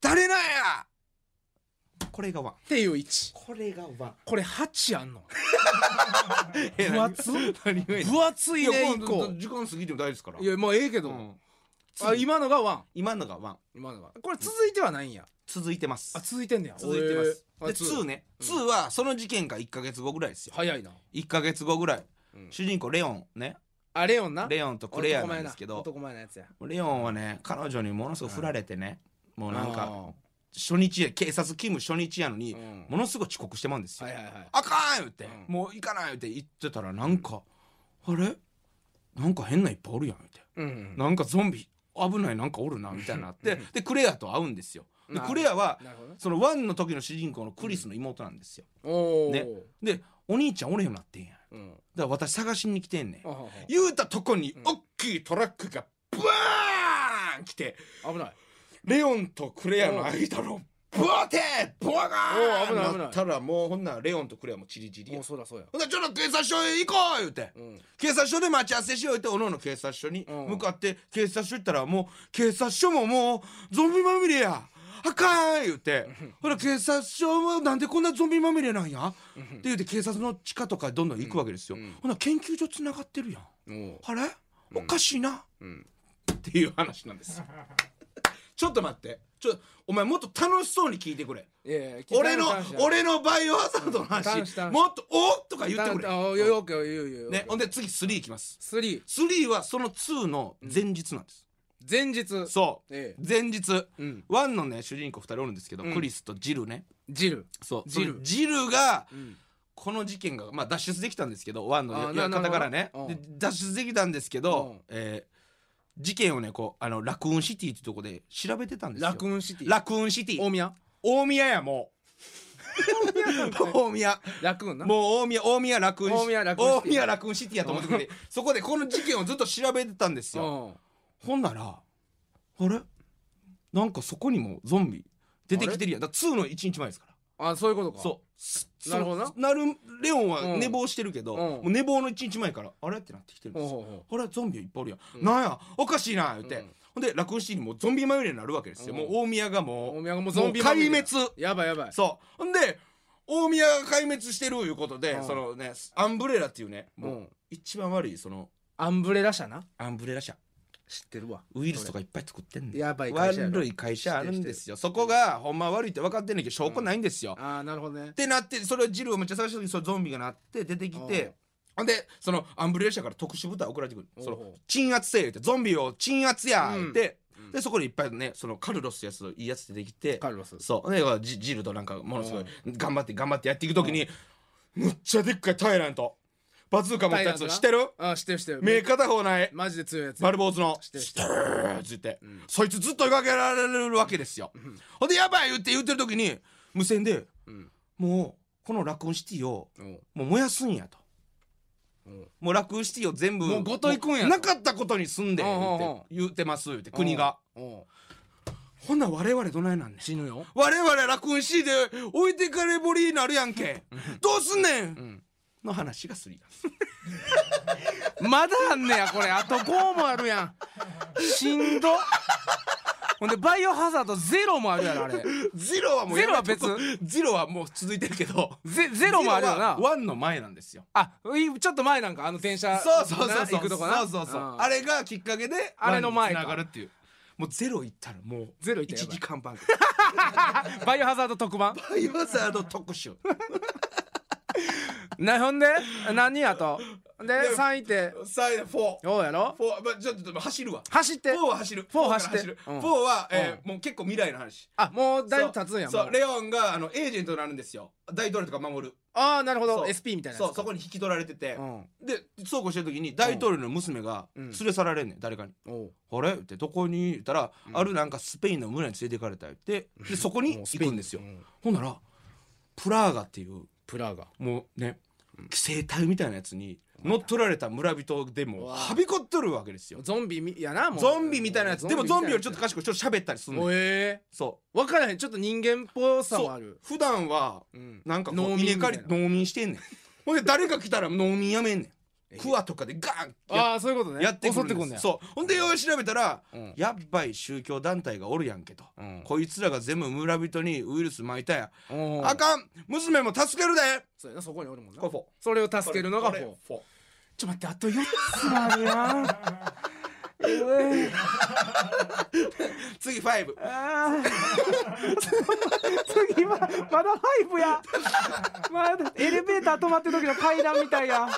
Speaker 1: 誰なんやこれがワン
Speaker 2: ていう位置
Speaker 1: これがワン
Speaker 2: これ八あんの
Speaker 1: 分
Speaker 2: 分厚
Speaker 1: 厚何がいい
Speaker 2: 分厚いね一個
Speaker 1: 時間過ぎても大丈夫ですから
Speaker 2: いやもうええけど、あ今のがワン
Speaker 1: 今のがワン
Speaker 2: 今のがこれ続いてはないんや、
Speaker 1: 続いてます
Speaker 2: あ続いてんねや
Speaker 1: 続いてます、
Speaker 2: えーあ
Speaker 1: で
Speaker 2: ツー
Speaker 1: 2ね、
Speaker 2: うん
Speaker 1: 2はその事件から1か月後ぐらいですよ
Speaker 2: 早いな、
Speaker 1: 1か月後ぐらい、
Speaker 2: うん
Speaker 1: 主人公レオンね
Speaker 2: あレオンな
Speaker 1: レオンとクレアなんですけど
Speaker 2: 男前なやつや
Speaker 1: レオンはね彼女にものすごく振られてね、もうなん
Speaker 2: あ
Speaker 1: か
Speaker 2: ー
Speaker 1: 初日や警察勤務初日やのに、
Speaker 2: うん
Speaker 1: ものすごい遅刻してまうんですよ、
Speaker 2: はいはいはい
Speaker 1: あかん言って、
Speaker 2: うん
Speaker 1: もう行かない言って言ってたらなんか、あれなんか変ないっぱいおるやん言って、
Speaker 2: うん
Speaker 1: なんかゾンビ危ないなんかおるなみたいになって
Speaker 2: うん
Speaker 1: でクレアと会うんですよで
Speaker 2: なる
Speaker 1: クレアは
Speaker 2: なるほどね
Speaker 1: そのワンの時の主人公のクリスの妹なんですよ、
Speaker 2: おお
Speaker 1: ねでお兄ちゃんおれへんようになってんやだか
Speaker 2: うん
Speaker 1: ら私探しに来てんねん
Speaker 2: あはは
Speaker 1: 言うたとこに
Speaker 2: うん
Speaker 1: 大きいトラックがバーン来て
Speaker 2: 危ない
Speaker 1: レオンとクレアの間のブワーテーブワガ
Speaker 2: おう危ない
Speaker 1: ー
Speaker 2: 危
Speaker 1: ン
Speaker 2: ない
Speaker 1: なったらもうほんならレオンとクレアもチリチリ
Speaker 2: も
Speaker 1: や
Speaker 2: うそうだそうや
Speaker 1: ほんならちょっと警察署へ行こう言うて
Speaker 2: うん
Speaker 1: 警察署で待ち合わせしよう言っておのおの警察署に
Speaker 2: うん
Speaker 1: 向かって警察署行ったらもう警察署ももうゾンビまみれやあかん言うてほら警察署はなんでこんなゾンビまみれなんやって言うて警察の地下とかどんどん行くわけですよ、
Speaker 2: うんうん
Speaker 1: ほな研究所つながってるやん
Speaker 2: お
Speaker 1: あれおかしいな、
Speaker 2: うん
Speaker 1: っていう話なんですよ ちょっと待ってちょお前もっと楽しそうに聞いてくれ
Speaker 2: いやいや
Speaker 1: 俺の
Speaker 2: 男子だ
Speaker 1: 俺のバイオハザードの話
Speaker 2: うん男子男子
Speaker 1: もっと「おっ!」とか言って
Speaker 2: あ
Speaker 1: くれ、
Speaker 2: あよよよよよ
Speaker 1: ね、ほん
Speaker 2: で
Speaker 1: で次3いきます
Speaker 2: 3
Speaker 1: 3はその2の前日なんです、
Speaker 2: 前日
Speaker 1: そう
Speaker 2: え
Speaker 1: 前日
Speaker 2: えうん
Speaker 1: 1のね主人公2人おるんですけど、
Speaker 2: うん
Speaker 1: クリスとジルね
Speaker 2: ジル
Speaker 1: そう
Speaker 2: ジ
Speaker 1: ジ
Speaker 2: ル
Speaker 1: ルジルが
Speaker 2: うん
Speaker 1: この事件が、まあ、脱出できたんですけどワンの
Speaker 2: あー
Speaker 1: や
Speaker 2: な
Speaker 1: やり方からね
Speaker 2: なるほど
Speaker 1: で
Speaker 2: う
Speaker 1: 脱出できたんです
Speaker 2: う
Speaker 1: けど
Speaker 2: ん、
Speaker 1: えー事件をねこうあのラクーンシティってとこで調べてたんですよ
Speaker 2: ラクーンシティ
Speaker 1: ラクーンシティ
Speaker 2: 大宮
Speaker 1: 大宮やもう大宮
Speaker 2: ラクーンな
Speaker 1: もう大宮大宮ラクーン
Speaker 2: 大宮ラクーンシティ
Speaker 1: 大宮ラクーンシティやと思ってくれてそこでこの事件をずっと調べてたんですよ
Speaker 2: うん
Speaker 1: ほんならあれなんかそこにもゾンビ出てきてるやんだから2の1日前ですから
Speaker 2: あそういうことか
Speaker 1: そうす
Speaker 2: なるほどな
Speaker 1: そなるレオンは
Speaker 2: うん
Speaker 1: 寝坊してるけど、
Speaker 2: うん
Speaker 1: もう寝坊の1日前からあれってなってきてるん
Speaker 2: ほう
Speaker 1: ですよ
Speaker 2: ほうほ
Speaker 1: あれゾンビいっぱいおるやん、
Speaker 2: うん
Speaker 1: なんやおかしいな言って、
Speaker 2: うん
Speaker 1: ほんで楽シーンにもうゾンビまみれになるわけですよ、
Speaker 2: うん
Speaker 1: もう大宮が
Speaker 2: う大
Speaker 1: も
Speaker 2: 宮がも
Speaker 1: う
Speaker 2: うゾンビ
Speaker 1: もう
Speaker 2: まみれ
Speaker 1: 壊
Speaker 2: だ
Speaker 1: 滅
Speaker 2: やばいやばい
Speaker 1: そうほんで大宮が壊滅してるいうことで、
Speaker 2: うん
Speaker 1: そのねアンブレラっていうねもう
Speaker 2: うん
Speaker 1: 一番悪いその
Speaker 2: アンブレラ社な
Speaker 1: アンブレラ社
Speaker 2: 知ってるわ
Speaker 1: ウイルスとかいっぱい作ってんねん
Speaker 2: やばい会社やろ
Speaker 1: 悪い会社あるんですよそこがほんま悪いって分かってんねんけど証拠ないんですよ、っ
Speaker 2: ああなるほどね
Speaker 1: てなってそれをジルをめっちゃ探した時そのゾンビがなって出てき
Speaker 2: うん
Speaker 1: てほんでそのアンブレラ社から特殊部隊送られてくる
Speaker 2: おう
Speaker 1: その鎮圧せえってゾンビを鎮圧や
Speaker 2: うん
Speaker 1: って、
Speaker 2: ん
Speaker 1: でそこでいっぱいねそのカルロスってやついいやつ出てきて
Speaker 2: カルロス
Speaker 1: そうでジジルとなんかものすごい頑張って頑張ってやっていく時にむっちゃでっかいタイラントバズーカ持ったや
Speaker 2: タイラント
Speaker 1: つ
Speaker 2: な
Speaker 1: 知ってる
Speaker 2: ああ知ってる知ってる
Speaker 1: 目片方ない
Speaker 2: マジで強いやつ
Speaker 1: 丸坊主の
Speaker 2: 知っ
Speaker 1: 「
Speaker 2: てる
Speaker 1: 知ってる」っつって、そいつずっと追いかけられるわけですよ、ほんで「やばい!」って言ってる時に無線で
Speaker 2: うん
Speaker 1: もうこのラクーンシティを
Speaker 2: おう
Speaker 1: もう燃やすんやと
Speaker 2: おう
Speaker 1: もうラクーンシティを全部
Speaker 2: もうごといくんやと
Speaker 1: なかったことにすんで
Speaker 2: うんうんうん
Speaker 1: 言って言ってます言って国が
Speaker 2: おう
Speaker 1: ほんなら我々どないなんねん
Speaker 2: 死ぬよ
Speaker 1: 我々ラクーンシーで置いてかれぼりになるやんけどうすんねん、
Speaker 2: ん
Speaker 1: の話がすり
Speaker 2: まだあんねやこれあと5もあるやんしんどほんでバイオハザードゼロもあるやろあれ
Speaker 1: ゼロはもう
Speaker 2: ゼロは別
Speaker 1: ゼロはもう続いてるけど
Speaker 2: ゼゼロもあるよ
Speaker 1: ゼロ
Speaker 2: な
Speaker 1: はワンの前なんですよ
Speaker 2: あいちょっと前なんかあの電車
Speaker 1: そうそうそう
Speaker 2: な
Speaker 1: そ
Speaker 2: 行
Speaker 1: う
Speaker 2: くとこな
Speaker 1: そうそうそうんあれがきっかけで
Speaker 2: あれの前か
Speaker 1: ワンに繋がるっていうもうゼロ行ったらもう
Speaker 2: ゼロ行ったらや
Speaker 1: 一
Speaker 2: ばい
Speaker 1: 時間 番組
Speaker 2: バイオハザード特番
Speaker 1: バイオザード特 集
Speaker 2: なほんで何やとで3位って
Speaker 1: サイド4
Speaker 2: どうやろ
Speaker 1: フォーまあちょっと走るわ
Speaker 2: 走って
Speaker 1: 4は走る
Speaker 2: フォー走って
Speaker 1: フォーから
Speaker 2: うん
Speaker 1: フォーはえーもう結構未来の話
Speaker 2: あもうだいぶ経つんや
Speaker 1: そう
Speaker 2: も
Speaker 1: そううレオンがあのエージェントになるんですよ大統領とか守る
Speaker 2: ああなるほど
Speaker 1: そう
Speaker 2: SP みたいなやつ
Speaker 1: そうそこに引き取られてて、
Speaker 2: うん
Speaker 1: でそうこうしてる時に大統領の娘が
Speaker 2: うん
Speaker 1: 連れ去られんねん誰かに
Speaker 2: おう
Speaker 1: 「あれ?」って「どこに?」言ったら、あるなんかスペインの村に連れて行かれた」ってでそこに
Speaker 2: もう
Speaker 1: 行
Speaker 2: スペイン
Speaker 1: くんですよ、
Speaker 2: う
Speaker 1: ほんならプラーガっていう
Speaker 2: プラガ
Speaker 1: もうね寄生体みたいなやつに乗っ取られた村人で
Speaker 2: う
Speaker 1: も
Speaker 2: わ
Speaker 1: はびこっとるわけですよ
Speaker 2: ゾンビみやなもう
Speaker 1: ゾンビみたいなやつでもゾンビよりちょっと
Speaker 2: 賢
Speaker 1: 賢いちょっと喋ったりする
Speaker 2: いお
Speaker 1: の
Speaker 2: え
Speaker 1: そ
Speaker 2: ー、分からへんちょっと人間っぽ
Speaker 1: う
Speaker 2: さも
Speaker 1: そ
Speaker 2: あ
Speaker 1: う
Speaker 2: る
Speaker 1: 普段は
Speaker 2: うん
Speaker 1: なんかこ
Speaker 2: 農
Speaker 1: う
Speaker 2: 民み
Speaker 1: 稲
Speaker 2: たい
Speaker 1: 刈
Speaker 2: な
Speaker 1: り農民してんねんほんで誰か来たら農民やめんね
Speaker 2: え
Speaker 1: んクワとかでガーンやっ
Speaker 2: ああそういうことね
Speaker 1: やってく
Speaker 2: 襲
Speaker 1: る
Speaker 2: っ
Speaker 1: ん
Speaker 2: て
Speaker 1: で
Speaker 2: く
Speaker 1: す
Speaker 2: んねや
Speaker 1: そうほんでよう調べたら、
Speaker 2: うん
Speaker 1: やっばい宗教団体がおるやんけと、
Speaker 2: うん
Speaker 1: こいつらが全部村人にウイルス撒いたや、
Speaker 2: おう
Speaker 1: あかん娘も助けるで
Speaker 2: そうやなそこにおるもんな
Speaker 1: これフォー
Speaker 2: それを助けるのが
Speaker 1: こ
Speaker 2: フ
Speaker 1: れ
Speaker 2: ォー
Speaker 1: フォー
Speaker 2: ちょっと待ってあと4つ もあるやんうえ
Speaker 1: 次ファイブ
Speaker 2: あー次はまだ5やまだエレベーター止まってる時の階段みたいや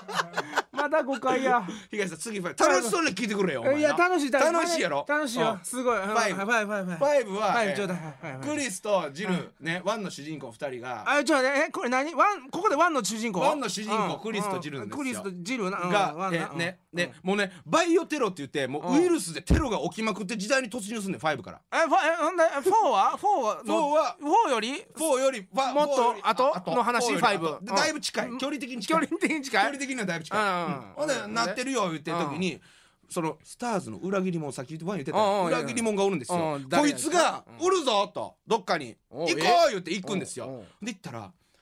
Speaker 2: まだ5階や
Speaker 1: 東さん次ファイブ楽しそうに聞いてくれよお前ない
Speaker 2: や楽しい
Speaker 1: 楽しいやろ
Speaker 2: 楽しいよ
Speaker 1: うん
Speaker 2: すごい
Speaker 1: ァイブ
Speaker 2: ファイブファイブ
Speaker 1: ファイブは、
Speaker 2: ファイブ
Speaker 1: えー
Speaker 2: ちょうだいはいはい
Speaker 1: クリスとジル、ねワンの主人公二人が
Speaker 2: あちょっと待ってえこれ何ワンここでワンの主人公
Speaker 1: ワンの主人公
Speaker 2: うん
Speaker 1: クリスとジルなんですよ
Speaker 2: クリスとジルなうん
Speaker 1: が
Speaker 2: ワ、ン
Speaker 1: え
Speaker 2: な
Speaker 1: ー
Speaker 2: うん
Speaker 1: ねね、もうねバイオテロって言ってもうウイルスでテロが起きまくって時代に突入すんねんファイブから
Speaker 2: えファえほんでフォーはフォーはの
Speaker 1: フォーは
Speaker 2: フォーより
Speaker 1: 4よりは
Speaker 2: もっと
Speaker 1: 4より
Speaker 2: 後の話
Speaker 1: 4より
Speaker 2: 5
Speaker 1: 後で
Speaker 2: うん
Speaker 1: だいぶ近い距離的に
Speaker 2: 距
Speaker 1: 近い
Speaker 2: 離的に近
Speaker 1: 距
Speaker 2: い
Speaker 1: 離的にはだいぶ近い
Speaker 2: うん
Speaker 1: ほん
Speaker 2: う
Speaker 1: で
Speaker 2: ん
Speaker 1: なってるよ言ってる時にそのスターズの裏切り者さっきワン言ってた
Speaker 2: うんうん
Speaker 1: よ裏切り者がおるんです
Speaker 2: う
Speaker 1: よ
Speaker 2: ん誰
Speaker 1: こ
Speaker 2: や
Speaker 1: いつが「おるぞ!」とどっかに「
Speaker 2: おう
Speaker 1: 行こう!」言って行くんです
Speaker 2: おうお
Speaker 1: よ
Speaker 2: う
Speaker 1: で行ったら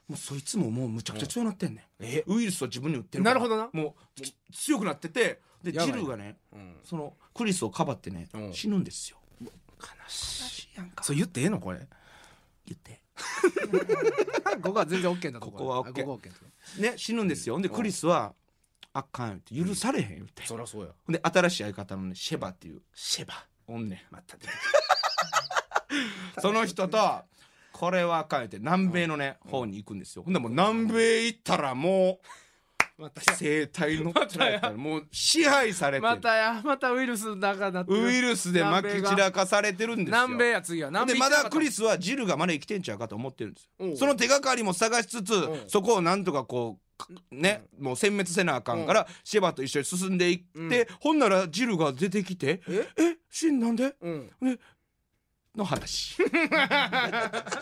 Speaker 1: もうそいつももうむちゃくちゃ強くなってんねん
Speaker 2: え
Speaker 1: ウイルスを自分に打ってるから
Speaker 2: なるほどな
Speaker 1: もうつ強くなっててで
Speaker 2: やばい
Speaker 1: ジ
Speaker 2: な
Speaker 1: ルがね
Speaker 2: うん
Speaker 1: そのクリスをかばってね
Speaker 2: うん
Speaker 1: 死ぬんですよ
Speaker 2: 悲しい
Speaker 1: やんか
Speaker 2: そう言ってええのこれ
Speaker 1: 言って
Speaker 2: ここは全然 OK だと
Speaker 1: ここは
Speaker 2: あ
Speaker 1: OK
Speaker 2: ここは OK だと
Speaker 1: ね死ぬんですよほんでクリスは「あかん」って許されへん言って
Speaker 2: そりゃそうや
Speaker 1: ほんで新しい相方のねシェバっていう
Speaker 2: シェバ
Speaker 1: おんねん
Speaker 2: また
Speaker 1: その人とこれはあかん言って南米のね方に行くんですよほんでもう南米行ったらも
Speaker 2: また
Speaker 1: う生態のったらもう支配されて
Speaker 2: ま
Speaker 1: る
Speaker 2: たやまたウイルスの中だってる
Speaker 1: ウイルスでまき散らかされてるんですよ
Speaker 2: 南米や次は南
Speaker 1: で
Speaker 2: 米
Speaker 1: まだクリ
Speaker 2: ス
Speaker 1: スはジルがまだ生きてんちゃうかと思ってるんです
Speaker 2: おう
Speaker 1: よその手がかりも探しつつ
Speaker 2: うん
Speaker 1: そこをなんとかこうかね、もう殲滅せなあかんから、シェバと一緒に進んでいって、
Speaker 2: うん
Speaker 1: ほんならジルが出てきて
Speaker 2: え
Speaker 1: 「えシンなんで?
Speaker 2: うん」
Speaker 1: の話。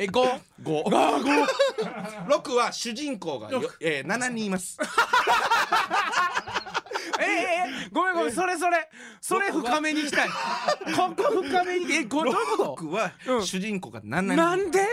Speaker 2: えゴー
Speaker 1: 五。あ五。六は主人公がよ
Speaker 2: 六
Speaker 1: えー七人います。
Speaker 2: ええ ごめんごめんそれそれそれ深めに行きたい ここ深めにえゴどういうこ
Speaker 1: 僕は
Speaker 2: うん
Speaker 1: 主人公が
Speaker 2: と
Speaker 1: 七人。
Speaker 2: なんで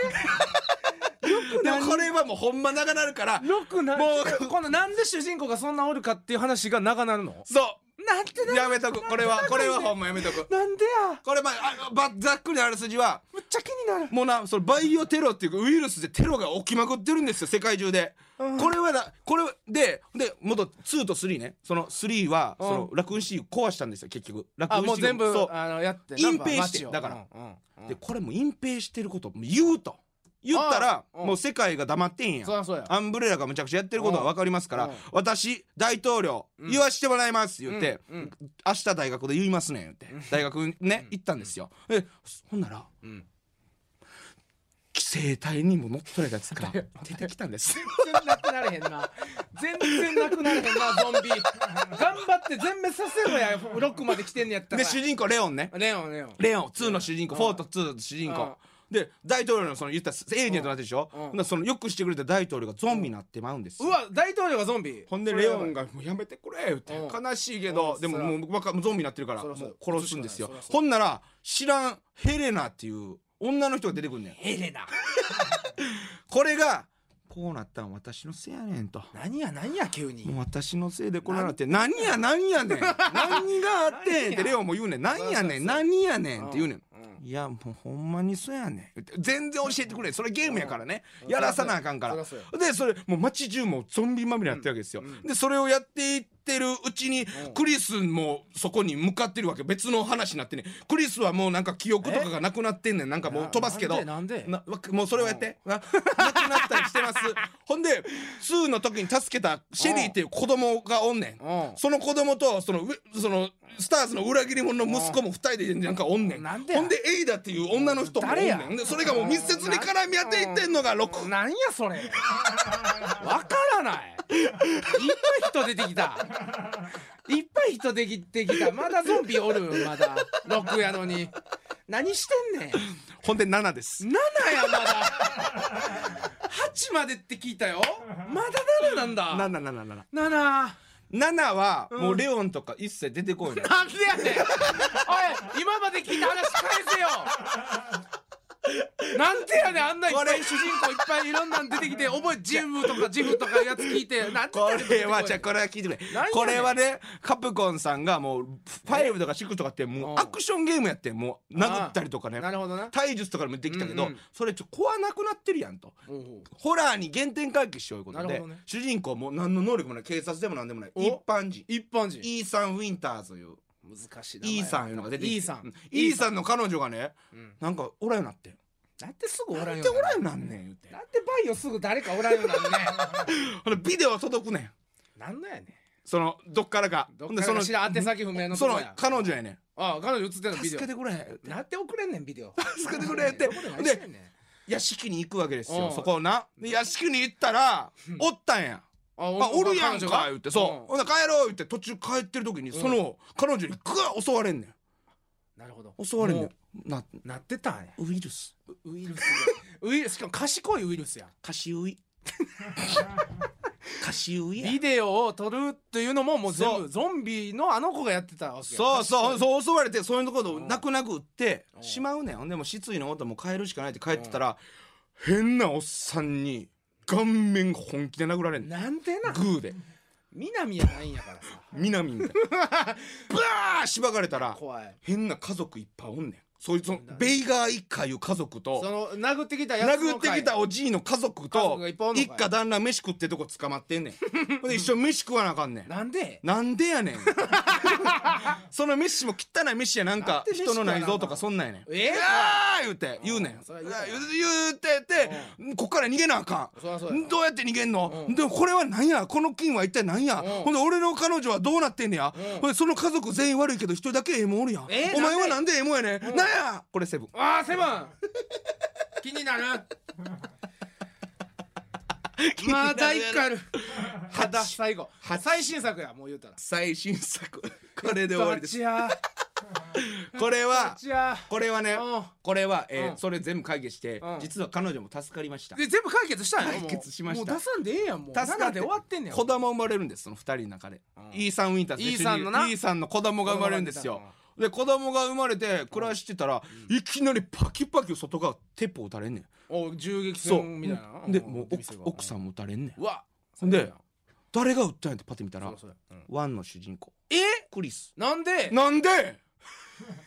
Speaker 1: でもこれはもうほんま長なるから。
Speaker 2: よくな
Speaker 1: も
Speaker 2: うこのなんで主人公がそんなおるかっていう話が長なるの
Speaker 1: そ
Speaker 2: なんて
Speaker 1: う。
Speaker 2: な
Speaker 1: やめとく。これはこれはほんまやめとく。
Speaker 2: なんでや
Speaker 1: これまああばざっくりのあらすじは
Speaker 2: むっ。ちゃ気になる
Speaker 1: もうなそのバイオテロっていうかウイルスでテロが起きまくってるんですよ世界中で、
Speaker 2: うん
Speaker 1: これはなこれはでで元2と3ねその3は
Speaker 2: うん
Speaker 1: その楽雲シール壊したんですよ結局楽
Speaker 2: あ
Speaker 1: 雲シール
Speaker 2: もう全部
Speaker 1: そう
Speaker 2: あのやって
Speaker 1: 隠
Speaker 2: ナン
Speaker 1: 蔽して
Speaker 2: バーマッチを
Speaker 1: だから
Speaker 2: うんうんうん
Speaker 1: でこれもう隠蔽してることを言うと言ったら
Speaker 2: あうん
Speaker 1: もう世界が黙ってんや
Speaker 2: そりゃそうや
Speaker 1: アンブレラがむちゃくちゃやってることが分かりますか
Speaker 2: う
Speaker 1: ら
Speaker 2: ん
Speaker 1: 私大統領
Speaker 2: うん
Speaker 1: 言わしてもらいます言って
Speaker 2: うんうん
Speaker 1: 明日大学で言いますねんって大学ね行ったんですよえほんなら
Speaker 2: うん
Speaker 1: 寄生体にも乗っ取れたやつが出てきたんです
Speaker 2: 全然なくなれへんな全然なくなれへんなゾンビ頑張って全滅させろやロックまで来てんねやったら
Speaker 1: で主人公レオンね
Speaker 2: レオンレオン
Speaker 1: レオン2の主人公
Speaker 2: うん
Speaker 1: 4と2の主人
Speaker 2: うん
Speaker 1: 公で大統領のその言ったらエイリアンとなってるでしょ
Speaker 2: うん
Speaker 1: ほんならそのよくしてくれた大統領がゾンビになってまうんですよ
Speaker 2: うわ大統領がゾンビ
Speaker 1: ほんでレオンが「もうやめてくれ」って
Speaker 2: うん
Speaker 1: 悲しいけ
Speaker 2: う
Speaker 1: ど
Speaker 2: ん
Speaker 1: でも
Speaker 2: そら
Speaker 1: もうわかゾンビになってるから
Speaker 2: そ
Speaker 1: も
Speaker 2: らそう
Speaker 1: う殺すんですよ
Speaker 2: そらそう
Speaker 1: ほんなら知らんヘレナっていう女の人が出てくんねん
Speaker 2: ヘレナ
Speaker 1: これがこうなったん私のせいやねんと
Speaker 2: 何や何や急
Speaker 1: もう
Speaker 2: に
Speaker 1: 私のせいでこれなって何や何やね ん何があってんってレオンも言うねん何やねん何やねんって言うねんいやもうほんまにそうやねんって全然教えてくれんそれゲームやからね
Speaker 2: うん
Speaker 1: やらさなあかんから
Speaker 2: そらそうや
Speaker 1: でそれもう街中もゾンビまみれになってるわけですよ、
Speaker 2: うんうん
Speaker 1: でそれをやっていってるうちに
Speaker 2: うん
Speaker 1: クリスもそこに向かってるわけ別の話になってねクリスはもうなんか記憶とかがなくなってんねんなんかもう飛ばすけど
Speaker 2: なんでなんで
Speaker 1: なわもうそれをやって、ななくなったりし てますほんで2の時に助けたシェリーっていう子供がおんねん
Speaker 2: う
Speaker 1: その子供とその上そのスターズの裏切り者の息子も二人でなんかおんねん
Speaker 2: なんでや
Speaker 1: ほんでエイダっていう女の人もおん
Speaker 2: 誰
Speaker 1: ね
Speaker 2: や
Speaker 1: んでそれがもう密接に絡み合っていってんのが6
Speaker 2: ん何やそれわからないいっぱい人出てきたいっぱい人出てきたまだゾンビおるまだロックやのに何してんねん
Speaker 1: ほんで7です
Speaker 2: 7やまだ8までって聞いたよまだ7なんだ
Speaker 1: 7777
Speaker 2: 7
Speaker 1: はもうレオンとか一切出て こいな、
Speaker 2: なんでやねんおい今まで聞いた話返せよなんてやねんあんないっぱい主人公いっぱいいろんなん出てきて覚えジムとかジフとかやつ聞いてなんで
Speaker 1: こ
Speaker 2: やねん
Speaker 1: れはじゃあこれは聞いてくれ
Speaker 2: 何やねん
Speaker 1: これはねカプコンさんがもう5とか6とかってもうアクションゲームやってんもう殴ったりとかね
Speaker 2: なるほどな
Speaker 1: 体術とかでもできたけど、
Speaker 2: うんうん
Speaker 1: それちょっと怖なくなってるやんと
Speaker 2: おう
Speaker 1: ホラーに原点回帰しよういうこと
Speaker 2: な
Speaker 1: で、
Speaker 2: るほどね
Speaker 1: 主人公も何の能力もない警察でも何でもない
Speaker 2: お
Speaker 1: 一般人
Speaker 2: 一般人
Speaker 1: イーサン・ウィンターズという
Speaker 2: 難しいな
Speaker 1: イーサンいうのが出てきて
Speaker 2: イーサ
Speaker 1: う
Speaker 2: ン
Speaker 1: んイーサンの彼女がね
Speaker 2: うん
Speaker 1: なんかおらんようになって
Speaker 2: なんですぐおらん
Speaker 1: なん
Speaker 2: よ
Speaker 1: で
Speaker 2: う
Speaker 1: お
Speaker 2: にな
Speaker 1: らん
Speaker 2: る
Speaker 1: ようになんねん言って
Speaker 2: なんでバイオすぐ誰かおらんようになんね
Speaker 1: ほんでビデオ届くねん
Speaker 2: んなんのやねん
Speaker 1: そのどっからか
Speaker 2: どっ
Speaker 1: ほん
Speaker 2: から
Speaker 1: でそ
Speaker 2: か
Speaker 1: の
Speaker 2: 知らん宛先不明の
Speaker 1: そ
Speaker 2: と
Speaker 1: の
Speaker 2: こや
Speaker 1: 彼女やねん
Speaker 2: ああ彼女映ってんのビデ
Speaker 1: 助けてくれ
Speaker 2: オなんて送れんねんビデオ
Speaker 1: 助けてくれって
Speaker 2: どこで何してんねん
Speaker 1: 屋敷に行くわけです
Speaker 2: う
Speaker 1: よ
Speaker 2: ん
Speaker 1: そこをなで屋敷に行ったらおったんや
Speaker 2: あ
Speaker 1: あおるやん
Speaker 2: 彼女
Speaker 1: か
Speaker 2: が
Speaker 1: 言ってそうほんで帰ろう言って途中帰ってる時にその彼女にグワ襲われんね
Speaker 2: うんなるほど
Speaker 1: ん襲われんね
Speaker 2: も
Speaker 1: んな
Speaker 2: うなってたんや
Speaker 1: ウイルス
Speaker 2: ウウイルスがウイルスしかも賢いウイルスやん
Speaker 1: カシ ウイカシウイや
Speaker 2: ビデオを撮るっていうのももう全
Speaker 1: そう
Speaker 2: 部ゾンビのあの子がやってたわけや
Speaker 1: そうそう
Speaker 2: う
Speaker 1: そう襲われてそういうところ
Speaker 2: う
Speaker 1: で
Speaker 2: ん
Speaker 1: 泣く泣く売って
Speaker 2: うん
Speaker 1: しまうねんほんでもう失意のこともう帰るしかないって帰ってたら変なおっさんに顔面本気で殴られんねん
Speaker 2: なんでな
Speaker 1: グーで
Speaker 2: 南やないんやからさ
Speaker 1: 南 みたいなバーしばかれたら
Speaker 2: 怖い
Speaker 1: 変な家族いっぱいおんねんそいつのベイガー一家いう家族
Speaker 2: そ
Speaker 1: と
Speaker 2: の殴ってきたやつ
Speaker 1: 殴
Speaker 2: の
Speaker 1: って
Speaker 2: 回
Speaker 1: きたおじいの家族
Speaker 2: 家
Speaker 1: と
Speaker 2: 族がいっぱいおんのかい
Speaker 1: 一家旦那飯食ってとこ捕 まってんねんほんで一緒に飯食わなあかんねん
Speaker 2: なんで
Speaker 1: なんでやねん その飯も汚い飯やなん
Speaker 2: なん
Speaker 1: か
Speaker 2: で飯食
Speaker 1: 人
Speaker 2: わな
Speaker 1: の内臓とかそんなんやねん
Speaker 2: ええ
Speaker 1: いやー言うて言うねん
Speaker 2: うんそ
Speaker 1: 言
Speaker 2: れ
Speaker 1: う
Speaker 2: は言う
Speaker 1: 言うててこっから逃げなあか
Speaker 2: そりゃそうや
Speaker 1: んどうやって逃げんの
Speaker 2: うん
Speaker 1: でもこれは何やこの菌は一体何や
Speaker 2: うん
Speaker 1: ほんで俺の彼女はどうなってんねや
Speaker 2: うん
Speaker 1: ほんでその家族全員悪いけど一人だけええもんおるやんお
Speaker 2: えー
Speaker 1: 前はなんでええもんやねんなんやこれセブン
Speaker 2: ああセブン気にな るまだ一回あるまだ最後
Speaker 1: 八
Speaker 2: 最新作やもう言うたら
Speaker 1: 最新作 これで終わり です
Speaker 2: どっちや
Speaker 1: これ
Speaker 2: ど
Speaker 1: は
Speaker 2: っちや
Speaker 1: これはね
Speaker 2: うん
Speaker 1: これはえ
Speaker 2: う
Speaker 1: ー
Speaker 2: ん
Speaker 1: それ全部解決して
Speaker 2: うん
Speaker 1: 実は彼女も助かりました
Speaker 2: で全部解決したんやもう
Speaker 1: 解決しました
Speaker 2: もう出さんでええやんもう
Speaker 1: 助か
Speaker 2: 7
Speaker 1: っ
Speaker 2: で
Speaker 1: て
Speaker 2: 終わってんねん
Speaker 1: 子供生まれるんですその二人の中で、イーサン・ウィンターズ
Speaker 2: E さんのな
Speaker 1: E さんの子供が生まれるんですよで子供が生まれて暮らしてたら、いきなりパキパキ外側鉄砲撃たれんねん
Speaker 2: お銃撃
Speaker 1: そう
Speaker 2: 戦みたいな
Speaker 1: でもう奥奥さ
Speaker 2: ん
Speaker 1: んも撃たれんねん
Speaker 2: うわ
Speaker 1: ほんで誰が撃ったんやってパッて見た
Speaker 2: そ
Speaker 1: ら
Speaker 2: うそううん
Speaker 1: ワンの主人公
Speaker 2: え
Speaker 1: クリス
Speaker 2: なんで
Speaker 1: なんで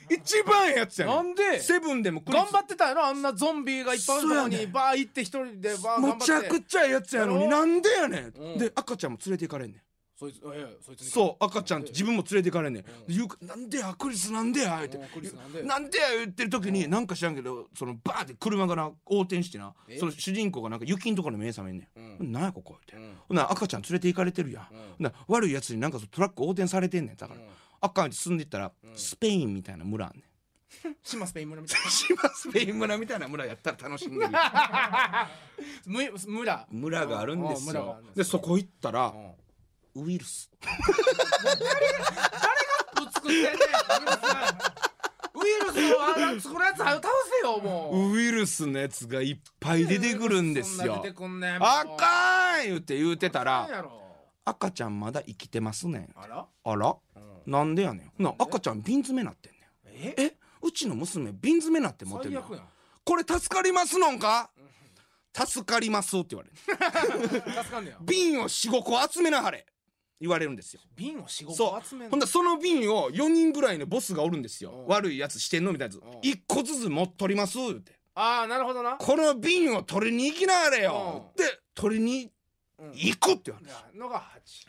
Speaker 1: 一番ええやつやね
Speaker 2: なんで
Speaker 1: セブンでもクリス
Speaker 2: 頑張ってたやろあんなゾンビがいっぱいおるとこ
Speaker 1: そうやね
Speaker 2: に
Speaker 1: ん
Speaker 2: バー行って一人でバー
Speaker 1: む
Speaker 2: 頑
Speaker 1: ち
Speaker 2: 張
Speaker 1: ゃ
Speaker 2: って
Speaker 1: くちゃええやつやのに
Speaker 2: やろ
Speaker 1: なんでやねん、
Speaker 2: うん
Speaker 1: で赤ちゃんも連れて行かれんねん
Speaker 2: そいついやいやそいつに
Speaker 1: そう赤ちゃんと自分も連れて行かれんねん、
Speaker 2: うん
Speaker 1: 言うかなんでやクリスなんでや言うて
Speaker 2: うんクリスなんで
Speaker 1: なんでや言ってる時になんか知らんけどそのバーって車がな横転してな
Speaker 2: え
Speaker 1: その主人公がなんか雪んところに目覚めんね
Speaker 2: うん
Speaker 1: ん、なんやここ言
Speaker 2: う
Speaker 1: うて、
Speaker 2: ん
Speaker 1: ほんなら赤ちゃん連れて行かれてるやん、
Speaker 2: うん
Speaker 1: ほんなら悪いやつになんかそのトラック横転されてんねんだから、
Speaker 2: うん
Speaker 1: 赤に進んでいったら、
Speaker 2: うん
Speaker 1: スペインみたいな村あんねん
Speaker 2: 島スペイン村みたい
Speaker 1: 島スペイン村みたいな村やったら楽しんでる
Speaker 2: なむ村
Speaker 1: 村があるんで
Speaker 2: うん
Speaker 1: す
Speaker 2: 村があ
Speaker 1: よ
Speaker 2: るんですよ
Speaker 1: でそこ行ったら
Speaker 2: うん
Speaker 1: ウイルス
Speaker 2: 作ってんねんウイルスウイルスをあの作るやつは倒せよも
Speaker 1: ウイルスのやつがいっぱ
Speaker 2: う
Speaker 1: い出てくるんです
Speaker 2: そな
Speaker 1: よ
Speaker 2: 出てくんねんもう
Speaker 1: 赤い言って言うてた
Speaker 2: あかん
Speaker 1: ら
Speaker 2: やろ
Speaker 1: 赤ちゃんまだ生きてますねん
Speaker 2: あら
Speaker 1: あら
Speaker 2: うん
Speaker 1: なんでやねんほな赤ちゃん瓶詰めなってんね
Speaker 2: え
Speaker 1: んえうちの娘瓶詰めなって持ってん
Speaker 2: 最
Speaker 1: の
Speaker 2: 悪やん
Speaker 1: これ助かりますのんか助かりますって言われる
Speaker 2: 助かんねや
Speaker 1: 瓶を45個集めなはれ言われるんですよ
Speaker 2: 瓶を仕
Speaker 1: そ
Speaker 2: 事
Speaker 1: う
Speaker 2: 集めん
Speaker 1: ほんだらその瓶を4人ぐらいのボスがおるんですよ、
Speaker 2: うん
Speaker 1: 悪いやつしてんのみたいなや
Speaker 2: うん
Speaker 1: つ、1個ずつ持っとりますって
Speaker 2: ああなるほどな
Speaker 1: この瓶を取りに行きなはれよ、で取りに
Speaker 2: うん
Speaker 1: 行くって言われる
Speaker 2: のが八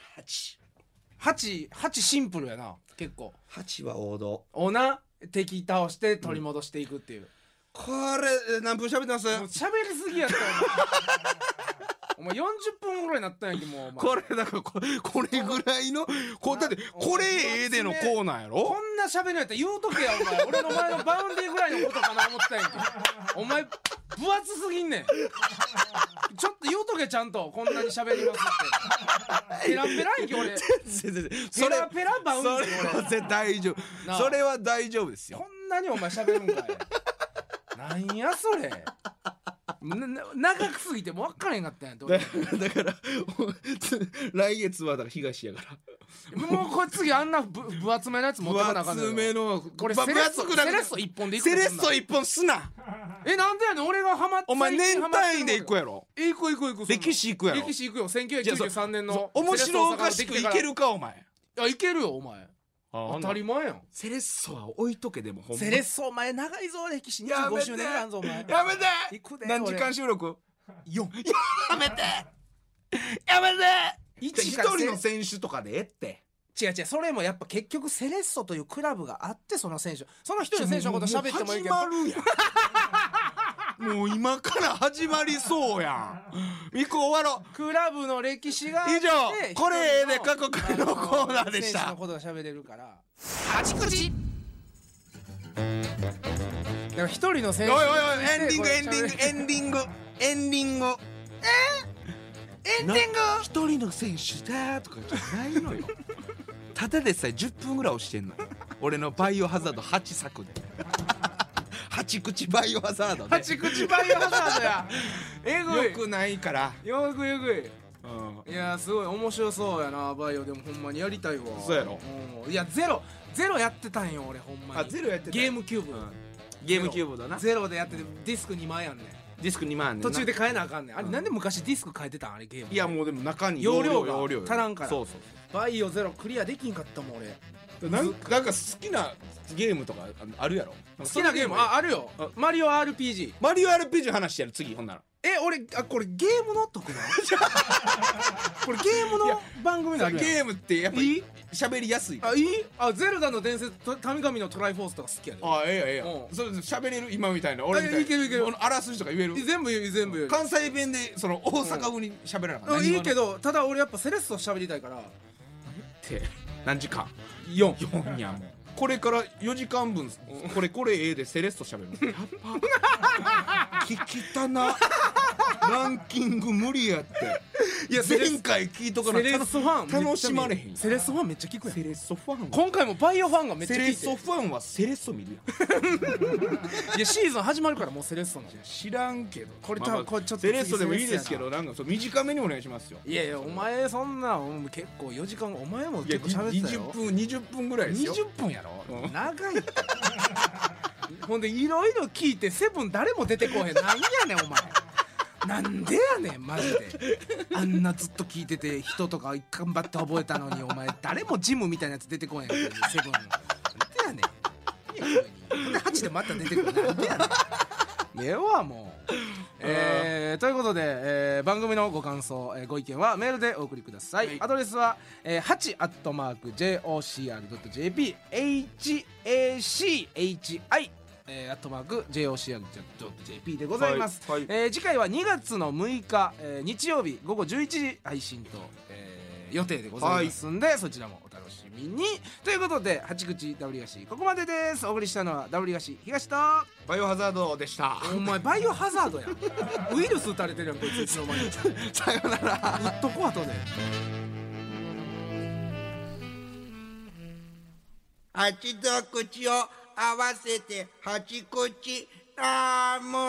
Speaker 1: 8
Speaker 2: 八八シンプルやな結構
Speaker 1: 八は王道
Speaker 2: おな敵倒して取り戻していくっていう、
Speaker 1: これえ何分喋ってます
Speaker 2: もう喋りすぎやった よお前お前40分ぐらいなったんやんけもうお前
Speaker 1: これだからここれぐらいのこうだってこれええでのコーナーや
Speaker 2: こ
Speaker 1: ろ
Speaker 2: んな喋るんやったら言うとけやお前俺の前のバウンディぐらいのことかな思ってたんやんけお前分厚すぎんねんちょっと言うとけちゃんとこんなに喋りますってペラペラやんけ俺
Speaker 1: 全然全然
Speaker 2: ペラペラバウンディ
Speaker 1: それは
Speaker 2: 俺
Speaker 1: 絶対大丈
Speaker 2: なあ
Speaker 1: 夫それは大丈夫ですよ
Speaker 2: こんなにお前喋るんかい。なんやそれ。なな長くすぎてもう分からへんかったんやんて
Speaker 1: だ
Speaker 2: 俺
Speaker 1: だからお来月はだから東やから
Speaker 2: もうこれ次あんなぶ分厚めのやつ持ってこなあかん
Speaker 1: 分厚め
Speaker 2: のよ。
Speaker 1: の
Speaker 2: これ
Speaker 1: ば
Speaker 2: セレッソ
Speaker 1: 分厚くな
Speaker 2: セ
Speaker 1: る
Speaker 2: レッソ一本でいく
Speaker 1: セレッソ
Speaker 2: こんなん
Speaker 1: 一本すな
Speaker 2: えなんでやねん俺がハマって
Speaker 1: お前年単位で行くやろ
Speaker 2: え行く行く行くそんな
Speaker 1: 歴史行くやろ
Speaker 2: 歴史行くよ1993年の
Speaker 1: 面白おかしくいけ
Speaker 2: る
Speaker 1: るかお前
Speaker 2: いやいけるよお前当たり前やん
Speaker 1: セレッソは置いとけでもほんま
Speaker 2: セレッソお前長いぞ歴史
Speaker 1: やめ
Speaker 2: 25
Speaker 1: て
Speaker 2: 周年なんぞお前
Speaker 1: やめて
Speaker 2: 行くで
Speaker 1: 何時間収録 ?4 やめてやめて
Speaker 2: 一
Speaker 1: 一人の選手とかでええって
Speaker 2: 違う違うそれもやっぱ結局セレッソというクラブがあってその選手その一人の選手のこと喋ってもいいけど
Speaker 1: もう始まるやんもう今から始まりそうやん一個終わろう
Speaker 2: クラブの歴史があって
Speaker 1: 以上
Speaker 2: 一人の
Speaker 1: これで過去のコーナーでした
Speaker 2: 選手のことが喋れるから
Speaker 1: あちこち
Speaker 2: だから一人の
Speaker 1: お
Speaker 2: 選
Speaker 1: い
Speaker 2: 手
Speaker 1: おいおいエンディングエンディング
Speaker 2: エ
Speaker 1: エンディングエンディング
Speaker 2: ンディング
Speaker 1: な一人の選手だとかじゃないのよただでさえ10分ぐらい押してんのよ俺のバイオハザード8作で八口バイオハザード で
Speaker 2: 八口バイオハザード やえぐ
Speaker 1: よ
Speaker 2: い
Speaker 1: くないから、
Speaker 2: よくよく
Speaker 1: うん、
Speaker 2: いいやすごい面白そうやなバイオでもほんまにやりたいわ
Speaker 1: そうやろ
Speaker 2: うんいやゼロゼロやってたんよ俺ほんまに
Speaker 1: あゼロやってた
Speaker 2: ゲームキューブ、
Speaker 1: ゲームキューブだな
Speaker 2: ゼロでやっててディスク2枚やんねん
Speaker 1: ディスク2万やねんな
Speaker 2: 途中で変えなあかんねんあれ、なんで昔ディスク変えてたんあれゲーム
Speaker 1: いやもうでも中に
Speaker 2: 容量が
Speaker 1: 容量
Speaker 2: 足らんから
Speaker 1: そうそう
Speaker 2: バイオゼロクリアできんかったもん俺
Speaker 1: なんかなんか好きなゲームとかあるやろ
Speaker 2: 好きなゲームああるよ
Speaker 1: あ
Speaker 2: マリオ RPG
Speaker 1: マリオ RPG の話してやる次ほんなら
Speaker 2: え俺あこれゲームの とこなこれゲームの番組なん
Speaker 1: ゲームってやっぱ
Speaker 2: いい
Speaker 1: り喋りやすい
Speaker 2: あいいあゼルダの伝説と神々のトライフォースとか好きやで
Speaker 1: あええやええや
Speaker 2: うん
Speaker 1: それ喋れる今みたいな俺みたいない
Speaker 2: けるいける
Speaker 1: 俺あらすじとか言える
Speaker 2: え全部言う全部言う
Speaker 1: 関西弁でその大阪風に喋らなかった、
Speaker 2: あいいけ
Speaker 1: ど
Speaker 2: どただ俺やっぱセレッソ喋りたいから
Speaker 1: って何時間
Speaker 2: 4
Speaker 1: 4やもんこれから4時間分これこれええでセレスト喋 るやっぱ聞きたなランキング無理やっていや
Speaker 2: セレス
Speaker 1: 前回聞いとかな
Speaker 2: セレッソファンめっちゃ見る
Speaker 1: 楽しまれへん
Speaker 2: セレッソファンめっちゃ聞くやん
Speaker 1: セレッソファンは
Speaker 2: 今回もバイオファンがめっちゃ
Speaker 1: セ
Speaker 2: 聞い
Speaker 1: レ
Speaker 2: て
Speaker 1: ッソファンはセレッソ見るやん
Speaker 2: いやシーズン始まるからもうセレッソの
Speaker 1: 知らんけど
Speaker 2: これ
Speaker 1: まあまあ
Speaker 2: これちょっと
Speaker 1: セレッソでもいい
Speaker 2: セレ
Speaker 1: で
Speaker 2: ッ
Speaker 1: す
Speaker 2: ソ
Speaker 1: け
Speaker 2: やな
Speaker 1: どなんかそう短めにお願いしますよ
Speaker 2: いやいやお前そんなお前結構4時間お前も
Speaker 1: いや
Speaker 2: 結構喋ってたよ
Speaker 1: 20分20分ぐらいですよ
Speaker 2: 20分やろ、
Speaker 1: うん
Speaker 2: 長いってほんでいろいろ聞いてセブン誰も出てこうへんなんやねんお前なんでやねんマジであんなずっと聞いてて人とか頑張って覚えたのにお前誰もジムみたいなやつ出てこうへんセブンなんでやねんなんで8でまた出てくるのなんでやねんええわもう、えーということで、えー番組のご感想、えーご意見はメールでお送りください、
Speaker 1: はい
Speaker 2: アドレスは、えー、8アットマーク JOCR.JP HACHI えー、アットマーク JOCR.JP でございます、
Speaker 1: はいはい
Speaker 2: えー次回は2月の6日、えー日曜日午後11時配信と、えー予定でございますんで、そちらもお楽しみにということで八口ダブリガシここまでですお送りしたのはダブリガシ東と
Speaker 1: バイオハザードでした
Speaker 2: お 前バイオハザードやんウイルス打たれてるやんこいついつの間にさよなら打っとこう後で
Speaker 3: 八と口を合わせて八口ラーム